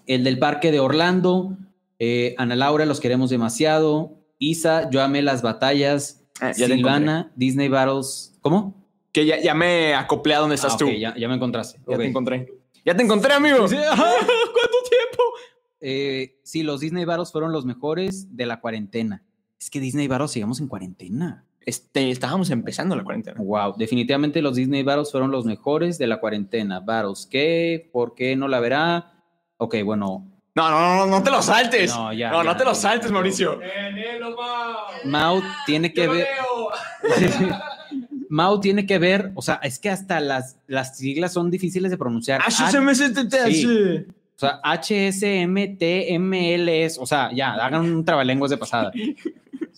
El del parque de Orlando. eh, Ana Laura, los queremos demasiado. Isa, yo amé las batallas. eh, ya te encontré. Silvana, Disney Battles. ¿Cómo? Que ya, ya me acoplé a donde estás Ah, ok, tú. Ya, Ya, ya me encontraste. Ok. te encontré. Ya te encontré, amigo. Sí, ajá, (laughs) ¿Cuánto tiempo? Eh, sí, los Disney Battles fueron los mejores de la cuarentena. Es que Disney Battles sigamos en cuarentena. Este, estábamos empezando la cuarentena. Wow, definitivamente los Disney Battles fueron los mejores de la cuarentena. Battles, ¿qué? ¿Por qué no la verá? Ok, bueno. No, no, no, no te lo saltes. No, No, ya, no, ya, te lo ya, saltes, ya. Mauricio. Tenelo, va. Mau tiene que Yo ver. leo. Mau tiene que ver. O sea, es que hasta las, las siglas son difíciles de pronunciar. Ah, se me hace tete, Sí. O sea, HSMTMLS. O sea, ya, hagan un trabalenguas de pasada.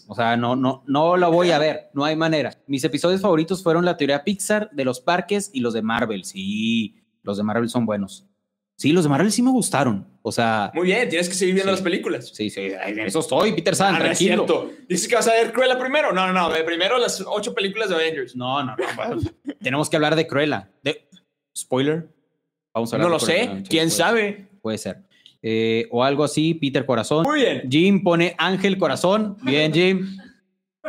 O sea, no, no, no lo voy a ver. No hay manera. Mis episodios favoritos fueron la teoría Pixar de los parques y los de Marvel. Sí, los de Marvel son buenos. Sí, los de Marvel sí me gustaron. O sea, Muy bien, tienes que seguir viendo Sí. las películas. sí, sí, en eso estoy, Peter San, Ah, no es tranquilo. cierto. Dices que vas a ver Cruella primero. No, no, no. ve Primero las ocho películas de Avengers. No, no, no. pues, Tenemos que hablar de Cruella. De... Spoiler. Vamos a No hablar lo de Cruella. sé. Sí, ¿Quién puede- sabe? Puede ser. Eh, o algo así, Peter Corazón. Muy bien. Jim pone Ángel Corazón. Bien, Jim.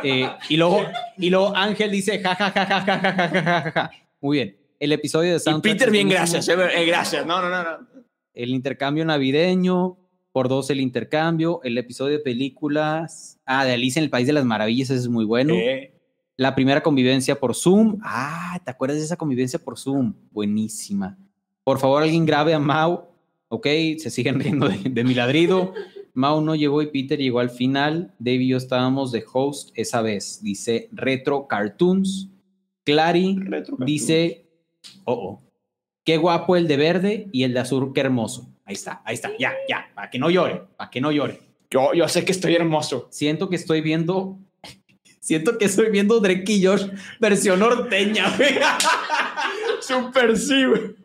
Eh, y, luego, y luego Ángel dice ja, ja, ja, ja, ja, ja, ja, ja, ja, ja. Muy bien. El episodio de Y Soundtrack Peter, es bien, buenísimo. gracias. eh, eh, gracias. No, no, no, no. El intercambio navideño. Por dos, el intercambio. El episodio de películas. Ah, de Alicia en el País de las Maravillas. Ese es muy bueno. Eh, La primera convivencia por Zoom. Ah, ¿te acuerdas de esa convivencia por Zoom? Buenísima. Por favor, alguien grabe a Mau. Ok, se siguen riendo de, de mi ladrido. Mau no llegó y Peter llegó al final. Dave y yo estábamos de host esa vez. Dice Retro Cartoons. Clary dice, oh, oh, qué guapo el de verde y el de azul, qué hermoso. Ahí está, ahí está, ya, ya, para que no llore, para que no llore. Yo, yo sé que estoy hermoso. Siento que estoy viendo. (laughs) Siento que estoy viendo Drake y Josh versión norteña, güey. (laughs) Super sí, güey.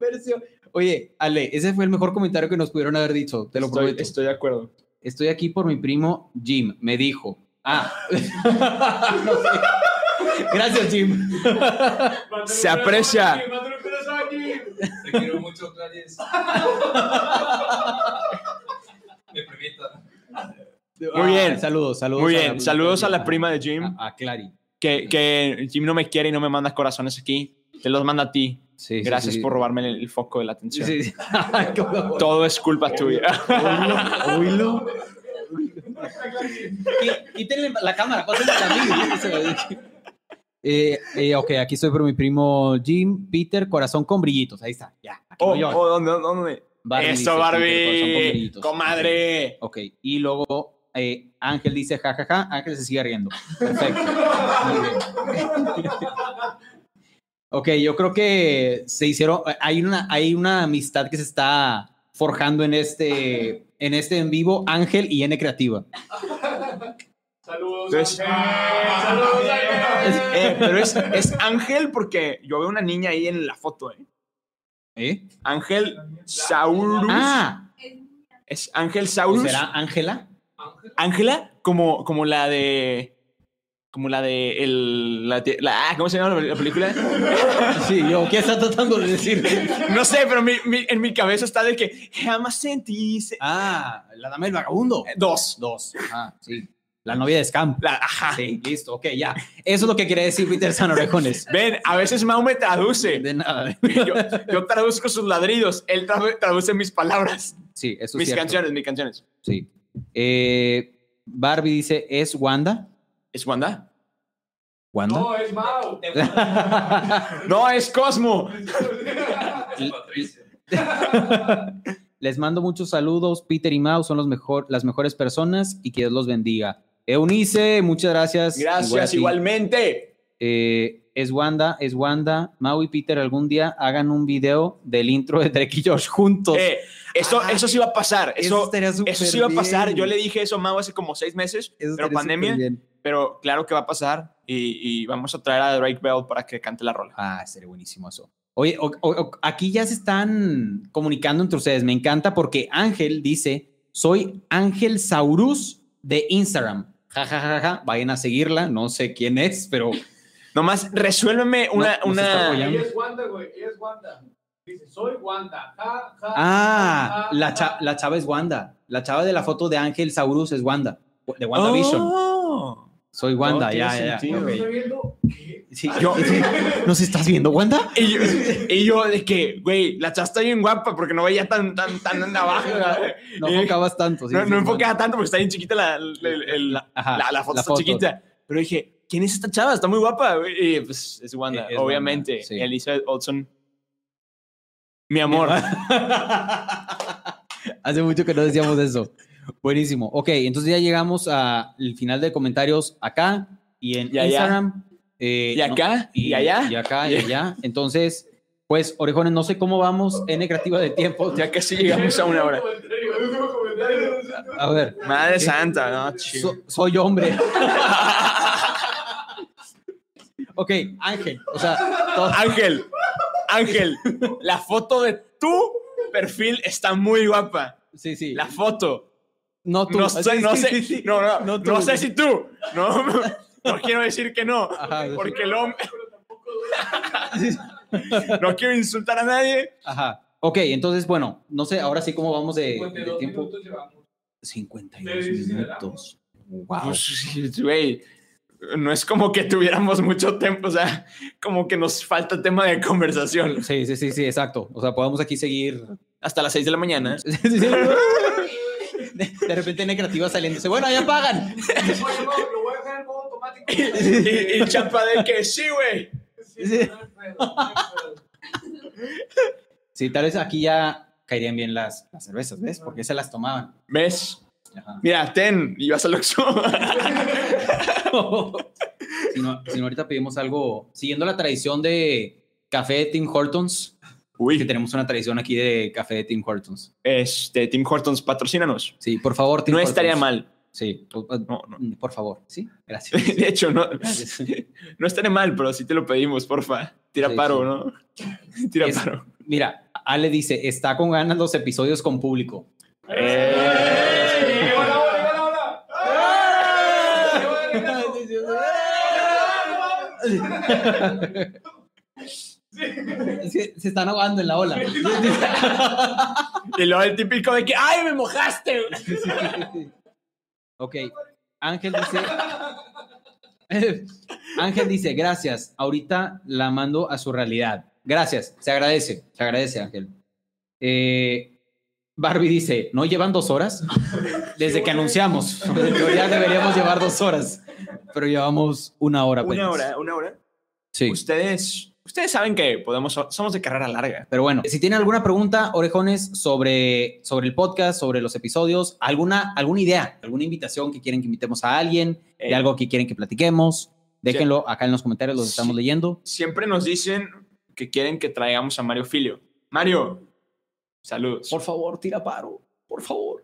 Versión- Oye, Ale, ese fue el mejor comentario que nos pudieron haber dicho, te lo estoy, prometo. Estoy de acuerdo. Estoy aquí por mi primo Jim, me dijo. Ah. (laughs) No sé. Gracias, Jim. Mándale Se un abrazo aprecia. aquí, mándale un abrazo aquí. Te quiero mucho, Clarence. Me permita. Ah, bien. Saludos, saludos. Muy a bien. la- Saludos a la prima de Jim. A, a Clary. Que, que Jim no me quiere y no me manda corazones aquí. Te los manda a ti. Sí, sí, Gracias sí. por robarme el, el foco de la atención. Sí, sí. (laughs) Ay, cómo- Todo es culpa tuya. (laughs) Oílo. Qui- Quítenle la cámara, pásenla a mí. Eh, eh, ok, aquí estoy por mi primo Jim, Peter, corazón con brillitos. Ahí está, (laughs) ya. aquí Oh, voy yo. oh, ¿dónde, dónde? Barbie dice, Eso, Peter, corazón con Barbie. brillitos. Comadre. Ok, y luego eh, Ángel dice jajaja, Ángel se sigue riendo. Perfecto. Muy bien. ok, yo creo que se hicieron, hay una, hay una amistad que se está forjando en este, en este en vivo, Ángel y N Creativa. Saludos. Entonces- Ángel. Saludos, Ángel. eh, Eh, pero es, es Ángel porque yo veo una niña ahí en la foto, ¿eh? ¿Eh? Ángel Saurus. Ah, Es Ángel ¿o Saurus. será Ángela? Ángel. Ángela, como, como la de. Como la de. El, la, te- la- ah, ¿Cómo se llama la, la película? Sí, yo, ¿qué está tratando de decir? (laughs) No sé, pero mi- mi- en mi cabeza está de que. Jamás sentí. se-". Ah, la dama del vagabundo. Dos. Ah. Dos. Ah, sí. La novia de Scam. La- ajá. Sí, listo, ok, ya. Eso es lo que quería decir Peter San (laughs) Orejones. Ven, a veces Mau me traduce. De nada. Yo, yo traduzco sus ladridos. Él tra- traduce mis palabras, Sí, eso es mis cierto. canciones, mis canciones. Sí. Eh, Barbie dice, ¿es Wanda? ¿Es Wanda? ¿Wanda? No, es Mau. No, es Cosmo. Es Patricia. (laughs) Les mando muchos saludos. Peter y Mau son los mejor, las mejores personas y que Dios los bendiga. Eunice, muchas gracias. Igual a Gracias, ti. igualmente. Eh, es Wanda, es Wanda. Mau y Peter algún día hagan un video del intro de Drake y Josh juntos. Eh, eso, Ah, eso sí va a pasar. Eso, estaría súper eso sí va a pasar. bien. Yo le dije eso a Mau hace como seis meses, Eso pero estaría súper pandemia. bien. Pero claro que va a pasar. Y, y vamos a traer a Drake Bell para que cante la rola. Ah, sería buenísimo eso. Oye, o- o- o- aquí ya se están comunicando entre ustedes. Me encanta porque Ángel dice, soy Ángel Saurus de Instagram. Ja, ja, ja, ja. Vayan a seguirla. No sé quién es, pero Nomás resuélveme una. nos una- está apoyando. Ella es Wanda, güey. Ella es Wanda. Dice, soy Wanda. Ja, ja, Ah, ja, la, ja. cha- la chava es Wanda. La chava de la foto de Ángel Saurus es Wanda. De WandaVision. Oh. Soy Wanda, No, ya, tiene ya. sentido. ok. Estoy viendo que Sí, Yo- ¿Nos estás viendo, Wanda? Y yo, y yo de que, güey, la chava está bien guapa porque no veía tan, tan, tan abajo. No Eh, enfocabas tanto. sí, no, sí, no sí. enfocaba tanto porque está bien chiquita la, el- el- la, Ajá, la foto, la está foto. chiquita. Pero dije, ¿quién es esta chava? Está muy guapa. Y pues es Wanda, Es Wanda, obviamente. sí. Elizabeth Olsen. Mi amor. (laughs) Hace mucho que no decíamos eso. Buenísimo. Ok, entonces ya llegamos al final de comentarios acá y en Y allá. Instagram. eh, Y no, acá, y, allá. Y acá, y (laughs) y- allá. Entonces, pues, orejones, no sé cómo vamos. N creativa de tiempo. Ya casi llegamos a una hora. A ver. Madre santa, no, chido. So- soy (laughs) hombre. ok, Ángel. O sea, todo- Ángel, Ángel, la foto de tu perfil está muy guapa. sí, sí. La foto. no tú. (laughs) No Sí, sé, no sí, sé, sí, sí. no, no, No no, tú. sé si tú. No, (laughs) no quiero decir (laughs) que no. Ajá, sí. Porque el hombre. No quiero insultar a nadie. Ajá. Ok, entonces, bueno, no sé, ahora sí cómo vamos de, Eh, de 52 tiempo. minutos (laughs) llevamos. 52 Sí, sí, sí, minutos. Wow. Pues, güey, no es como que tuviéramos mucho tiempo, o sea, como que nos falta tema de conversación. Sí, sí, sí, sí, exacto. O sea, podemos aquí seguir. Hasta las 6 de la mañana. (laughs) Sí, sí, sí. De, de repente negativa saliéndose. Bueno, ya pagan. Oye, no, lo voy a dejar en modo automático. Y, y chapa de que sí, güey. Sí, no hay pedo, no hay pedo. Sí, tal vez aquí ya caerían bien las, las cervezas, ¿ves? Porque se las tomaban. ¿Ves? (laughs) Ajá. Mira, ten, y vas al Oxxo. Si no, si no, ahorita pedimos algo, siguiendo la tradición de café de Tim Hortons, que (laughs) Uy, tenemos una tradición aquí de café de Tim Hortons. este, Tim Hortons, patrocínanos. Sí, por favor, Tim No Hortons. estaría mal. Sí, por, No, no. por favor. Sí, (laughs) gracias. De hecho, no. Gracias. (laughs) No estaré mal, pero si te lo pedimos, porfa. Tira Sí, paro, sí. ¿no? (laughs) Tira Es- paro. Mira, Ale dice, está con ganas los episodios con público. Eh. ¡Llegó la hora, llegó la hora! Llegó (laughs) la hora, llegó la hora. Es que se están ahogando en la ola. Y luego el típico de que, ¡ay, me mojaste! ok. Ángel dice. (laughs) Ángel dice, gracias. Ahorita la mando a su realidad. Gracias. Se agradece. Se agradece, Ángel. Eh, Barbie dice, ¿no llevan dos horas? Desde que anunciamos. (laughs) En teoría deberíamos llevar dos horas. Pero llevamos una hora. apenas. Una hora, una hora. Sí. Ustedes, ustedes saben que podemos, somos de carrera larga. Pero bueno, si tienen alguna pregunta, orejones, sobre, sobre el podcast, sobre los episodios, alguna, alguna idea, alguna invitación que quieren que invitemos a alguien, de Eh. algo que quieren que platiquemos, déjenlo acá en los comentarios, los estamos Sí. leyendo. Siempre nos dicen que quieren que traigamos a Mario Filio. Mario, saludos. Por favor, tira paro, por favor.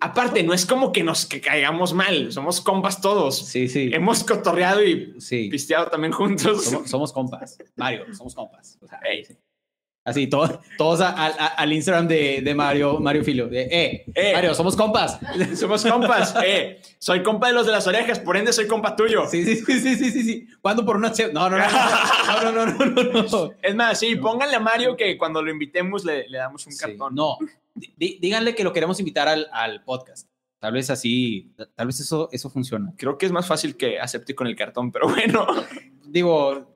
Aparte, no es como que nos que caigamos mal. Somos compas todos. Sí, sí, Hemos cotorreado y sí. pisteado también juntos. Somos, somos compas, Mario, somos compas. O sea, (laughs) Ey. Así, to- todos a- al- a- al Instagram de, de Mario, Mario Filo. De, eh, Eh. Mario, somos compas. (laughs) Somos (laughs) compas. Eh, soy compa de los de las orejas, por ende soy compa tuyo. Sí, sí, sí, sí, sí, sí, sí. ¿Cuándo por una che- No, no, no, no, no, no, no, no, no. Es más, sí, pónganle a Mario que cuando lo invitemos le, le damos un Sí, cartón. No, Dí- díganle que lo queremos invitar al, al podcast. Tal vez así, tal vez eso, eso funciona. Creo que es más fácil que acepte con el cartón, pero bueno. Digo,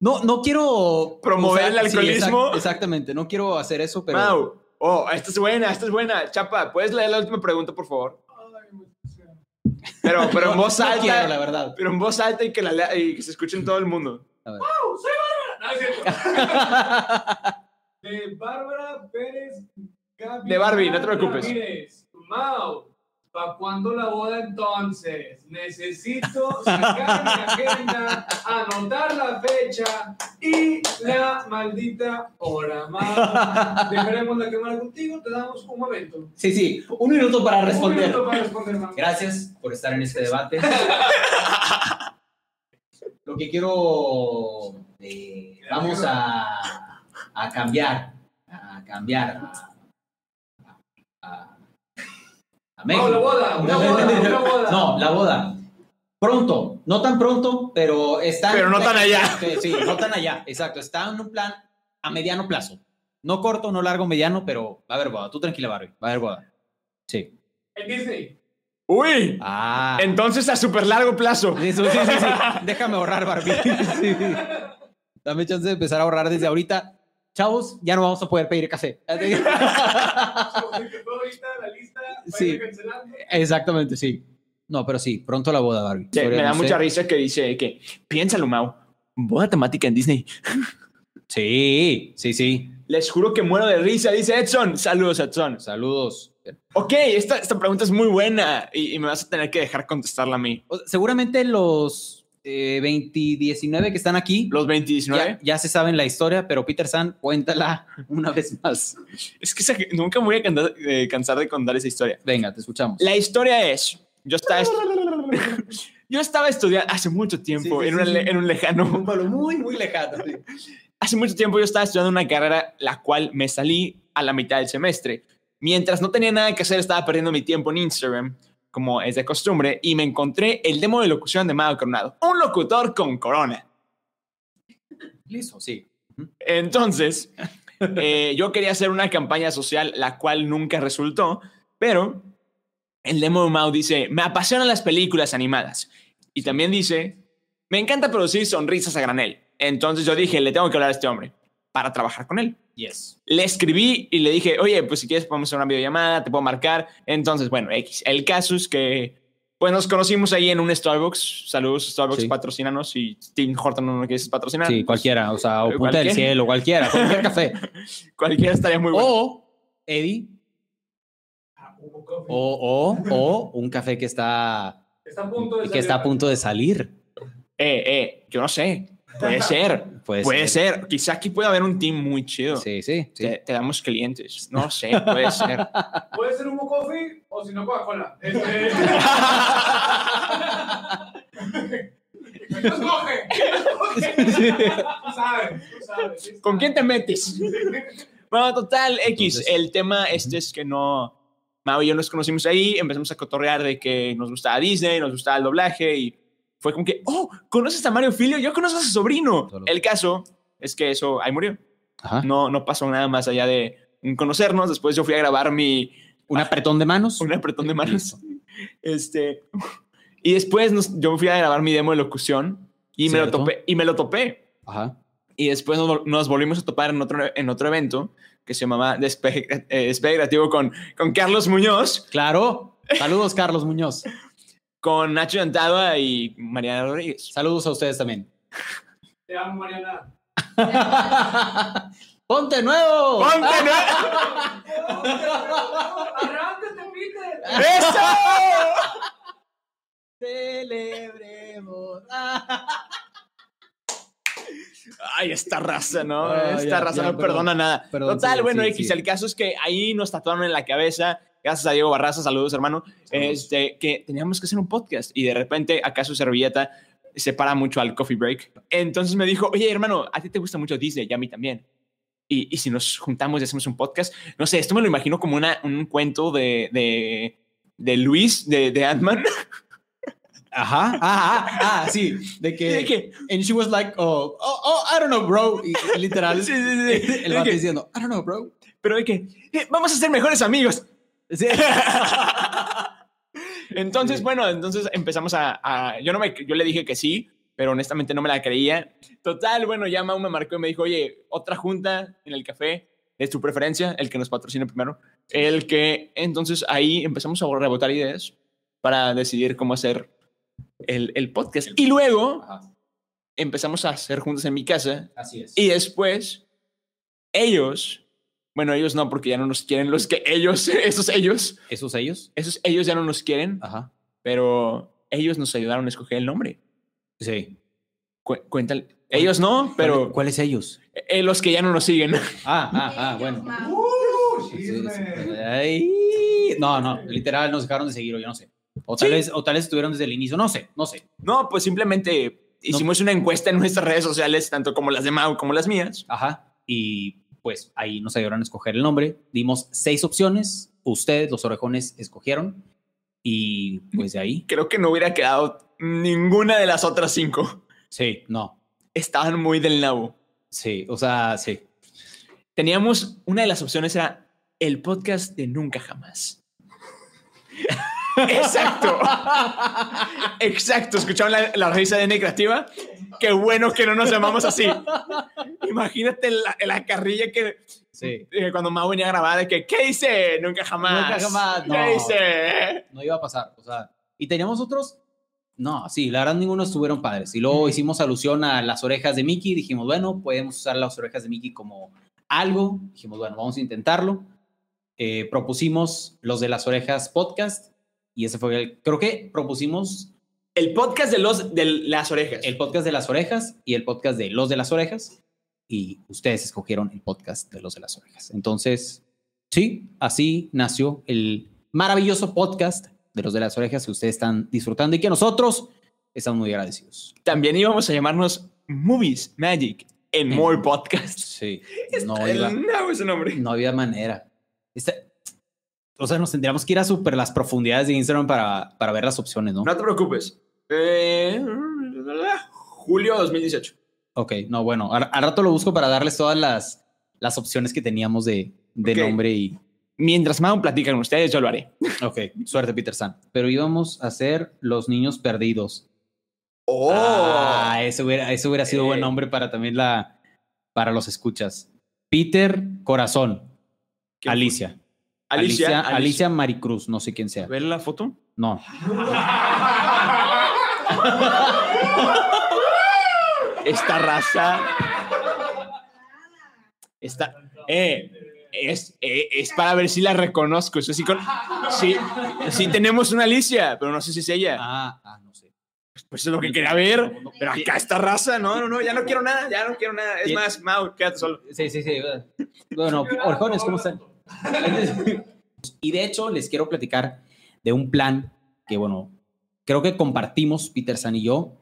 no, no quiero Promover el sí, exact- alcoholismo. exactamente, no quiero hacer eso, pero (laughs) Mau, oh, esta es buena, esta es buena. Chapa, ¿puedes leer la última pregunta, por favor? Ay, (laughs) (laughs) muchísimo. Pero, pero en No, voz no alta. quiero, la verdad. Pero en voz alta y que, la lea- y que se escuche en todo el mundo. No, es (laughs) cierto. De Bárbara Pérez Gavilán De Barbie, no te preocupes. Ramírez. Mau, ¿para cuándo la boda entonces? (laughs) Necesito sacar mi agenda, anotar la fecha y la maldita hora. Mau, dejaremos la cámara contigo, te damos un momento. Sí, sí, un minuto para Un responder. minuto para responder, Mau. Gracias por estar en (laughs) este debate. Lo que quiero, eh, vamos a, a cambiar, a cambiar, a, a- a México. Mau, la boda, una boda, una (laughs) boda. No, la boda. Pronto, no tan pronto, pero está. Pero no tan allá. Sí, sí, no tan allá, exacto. Está en un plan a mediano plazo. No corto, no largo, mediano, pero va a haber boda. Tú tranquila, Barbie, va a haber boda. Sí. En Disney. ¡Uy! Ah. Entonces a súper largo plazo. Sí, sí, sí, sí. Déjame ahorrar, (laughs) Barbie. Sí. Dame chance de empezar a ahorrar desde ahorita. Chavos, ya no vamos a poder pedir café. (laughs) (laughs) Porque te puedo ahorita la lista, para Sí. ir cancelando. Exactamente, sí. No, pero sí, pronto la boda, Barbie. Sí, Sobre- me da no sé. mucha risa que dice que, piénsalo, Mau, boda temática en Disney. Sí, sí, sí. Les juro que muero de risa, dice Edson. Saludos, Edson. Saludos. Ok, esta, esta pregunta es muy buena y, y me vas a tener que dejar contestarla a mí. O- Seguramente los eh, 20, 19 que están aquí Los 20 y 19. ya, ya se saben la historia, pero Peter San, cuéntala una vez más. Es que esa- nunca me voy a canda- eh, cansar de contar esa historia. Venga, te escuchamos. La historia es, yo estaba, estu- (laughs) yo estaba estudiando hace mucho tiempo, Sí, sí, en, una sí, le- sí. en un lejano, (laughs) muy, muy lejano. hace mucho tiempo yo estaba estudiando una carrera la cual me salí a la mitad del semestre. Mientras no tenía nada que hacer, estaba perdiendo mi tiempo en Instagram, como es de costumbre, y me encontré el demo de locución de Mago Coronado, un locutor con corona. Listo, sí. (laughs) Entonces, eh, yo quería hacer una campaña social, la cual nunca resultó, pero el demo de Mau dice, me apasionan las películas animadas. Y también dice, me encanta producir sonrisas a granel. Entonces yo dije, le tengo que hablar a este hombre para trabajar con él. Yes. Le escribí y le dije, oye, pues si quieres podemos hacer una videollamada, te puedo marcar. Entonces, bueno, X. El caso es que, pues nos conocimos ahí en un Starbucks. Saludos, Starbucks, Sí. patrocínanos. Y Tim Horton no nos quieres patrocinar. Sí, pues, cualquiera, o sea, o Punta cualquier- del Cielo, cualquiera, cualquier café. pues, Cualquiera estaría (laughs) muy bueno. O, Eddie, Ah, Hugo Coffee. Oh, o, o, o un café que está, Está a punto de que está a salir. punto de salir. Eh, eh, yo no sé. Puede ser. Puede, puede ser. Quizá aquí puede haber un team muy chido. Sí, sí, sí. Te, te damos clientes. No sé, (laughs) puede ser. Puede ser un coffee o si no Coca-Cola. Este... escoge? Tú sabes, tú sabes. (laughs) ¿Con quién te (laughs) metes? Bueno, total, X. Entonces- El tema este es que no. Mau y yo nos conocimos ahí, empezamos a cotorrear de que nos gustaba Disney, nos gustaba el doblaje y fue como que, oh, ¿conoces a Mario Filio? Yo conozco a su sobrino. Solo. Ah. El caso es que eso ahí murió. Ajá. No, no pasó nada más allá de un conocernos. Después yo fui a grabar mi, Un apretón de manos. un apretón de manos. Listo. (laughs) Este, y después nos- yo me fui a grabar mi demo de locución y me, lo Cierto. topé, y me lo topé. Ajá. Y después nos, vol- nos volvimos a topar en otro, en otro evento que se llamaba Despegue, eh, Despegue Creativo con, con Carlos Muñoz, Claro. Saludos, Carlos Muñoz. con Nacho Antaba y Mariana (laughs) Rodríguez. Saludos a ustedes también. Te amo, Mariana. ¡Ponte nuevo! ¡Ponte, no! ¡Arráncate, Peter! ¡Eso! ¡Celebremos! Ah. Ay, esta raza, ¿no? Ah, esta ya, raza ya, no perdón. perdona nada. Perdón, Total, sí, bueno, sí, X, sí. el caso es que ahí nos tatuaron en la cabeza, gracias a Diego Barraza, saludos hermano, este, que teníamos que hacer un podcast y de repente acá su servilleta se para mucho al coffee break. Entonces me dijo, oye hermano, a ti te gusta mucho Disney y a mí también. y, y si nos juntamos y hacemos un podcast, no sé, esto me lo imagino como una, un cuento de, de, de Luis, de, de Ant-Man. Ajá, ah, ah, ah, sí, (laughs) de que, De que- and she was like, oh, oh, oh, I don't know, bro, y literal, Sí, sí, sí. el De vato que- diciendo, I don't know, bro, Pero de que "Eh, vamos a ser mejores amigos. (laughs) Sí. Entonces, Sí. bueno, entonces empezamos a, a- yo no me, yo le dije que sí, pero honestamente no me la creía. Total, bueno, ya Mau me marcó y me dijo, oye, otra junta en el café de tu preferencia, el que nos patrocine primero, el que, entonces ahí empezamos a rebotar ideas para decidir cómo hacer el, el podcast. Y luego Ajá, empezamos a hacer juntas en mi casa así es. y después, ellos, bueno, ellos no, porque ya no nos quieren los que ellos, (laughs) esos ellos, esos ellos, esos ellos ya no nos quieren, ajá, pero ellos nos ayudaron a escoger el nombre. sí, Cu- cuéntale. Ellos no, pero ¿cuáles ellos? eh, los que ya no nos siguen. (laughs) Ah, ah, ah, Ellos, bueno, ma. (laughs) ¡Uh! Sí, sí, Chisme. sí. Ay, no, no, literal nos dejaron de seguir o yo no sé, o tal Sí. vez, o tal vez estuvieron desde el inicio, no sé, no sé, No, pues simplemente hicimos una encuesta en nuestras redes sociales, tanto como las de Mau como las mías. Ajá. Y pues ahí nos ayudaron a escoger el nombre. Dimos seis opciones. Ustedes, los orejones, escogieron. Y pues de ahí. Creo que no hubiera quedado ninguna de las otras cinco. Sí, no. Estaban muy del nabo. Sí, o sea, sí. Teníamos una de las opciones era el podcast de nunca jamás. Exacto. Exacto. ¿Escucharon la, la risa de N Creativa? Qué bueno que no nos llamamos así. Imagínate la, la carrilla que Sí. eh, cuando Mau venía a grabar de que, ¿qué hice? Nunca jamás. Nunca jamás, ¿Qué no. hice? No iba a pasar. O sea, y teníamos otros. No, sí, la verdad, ninguno estuvieron padres. Y luego hicimos alusión a las orejas de Mickey. Dijimos, bueno, podemos usar las orejas de Mickey como algo. Dijimos, bueno, vamos a intentarlo. Eh, propusimos los de las orejas podcast. Y ese fue el. Creo que propusimos El podcast de, los, de las orejas. el podcast de las orejas y el podcast de los de las orejas. Y ustedes escogieron el podcast de los de las orejas. Entonces, sí, así nació el maravilloso podcast de los de las orejas que ustedes están disfrutando y que nosotros estamos muy agradecidos. También íbamos a llamarnos Movies Magic en Mm. More Podcast. Sí, no No, iba, no ese nombre. no había manera. Esta- o sea, nos tendríamos que ir a super las profundidades de Instagram para, para ver las opciones, ¿no? No te preocupes. Eh, julio 2018. Ok, no, bueno, al, al rato lo busco para darles todas las, las opciones que teníamos de, de Ok. nombre y, Mientras Mau platica con ustedes, yo lo haré. Ok, suerte, Peter San. Pero íbamos a hacer Los Niños Perdidos. ¡Oh! Ah, ese hubiera, ese hubiera sido Eh. buen nombre para también la. para los escuchas. Peter Corazón. ¿Quién Alicia. fue? Alicia. Alicia. Alicia. Maricruz, no sé quién sea. ¿Ver la foto? No. Esta raza. Esta. Eh, es, eh, es para ver si la reconozco. Eso sí, con, sí, sí tenemos una Alicia, pero no sé si es ella. Ah, ah, no sé. Pues es lo que quería ver. Pero acá esta raza, no, no, no, ya no quiero nada, ya no quiero nada. Es Tien- más, Mau, quédate solo. Sí, sí, sí. Bueno, Orjones, ¿cómo están? (laughs) Y de hecho, les quiero platicar de un plan que, bueno, creo que compartimos, Peter San y yo,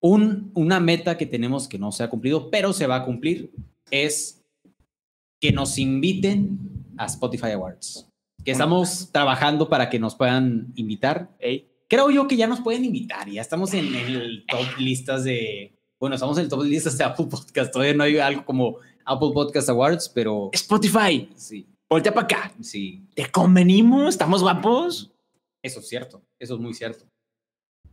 un, una meta que tenemos que no se ha cumplido, pero se va a cumplir, es que nos inviten a Spotify Awards. Que estamos trabajando para que nos puedan invitar. Ey. Creo yo que ya nos pueden invitar, ya estamos en, en el top listas de... Bueno, estamos en el top listas de Apple Podcast, todavía no hay algo como Apple Podcast Awards, pero Spotify, sí, voltea para acá. sí, ¿Te convenimos? ¿Estamos guapos? Eso es cierto, eso es muy cierto.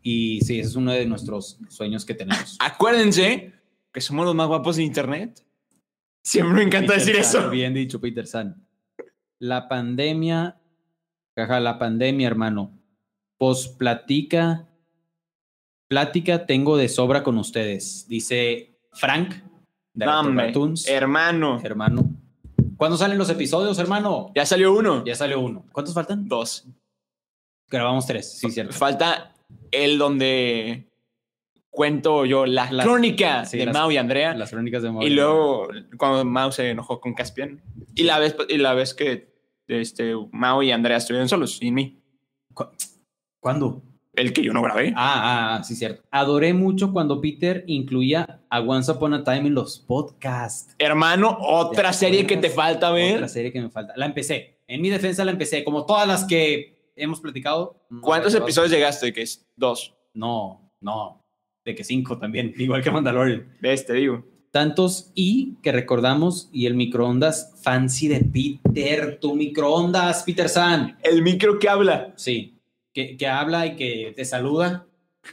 Y sí, ese es uno de nuestros sueños que tenemos. Acuérdense que somos los más guapos de Internet. Siempre (laughs) me encanta Peter decir San, eso. Bien dicho, Peter San. La pandemia, caja, la pandemia, hermano. Pos platica, plática tengo de sobra con ustedes, dice Frank de Retro Dame, Cartoons. hermano. hermano. ¿Cuándo salen los episodios, hermano? Ya salió uno. Ya salió uno. ¿Cuántos faltan? Dos. Grabamos tres, sí, cierto. Falta el donde cuento yo la Las- crónica sí, de las- Mao y Andrea. Las crónicas de y Mauricio. luego cuando Mao se enojó con Caspian. Y la vez, y la vez que este, Mao y Andrea estuvieron solos, sin mí. ¿Cuándo? El que yo no grabé. Ah, ah, ah, sí, cierto. Adoré mucho cuando Peter incluía a Once Upon a Time en los podcasts. Hermano, otra Ya, serie que te buenas. falta Otra ver. serie que me falta. La empecé. En mi defensa la empecé, como todas las que hemos platicado. no ¿Cuántos la he acabado. episodios llegaste? Que es dos. No, no. De que cinco también, (laughs) igual que Mandalorian. De este, digo. Tantos y que recordamos y el microondas fancy de Peter, tu microondas, Peter San. El micro que habla. (laughs) Sí, que, que habla y que te saluda,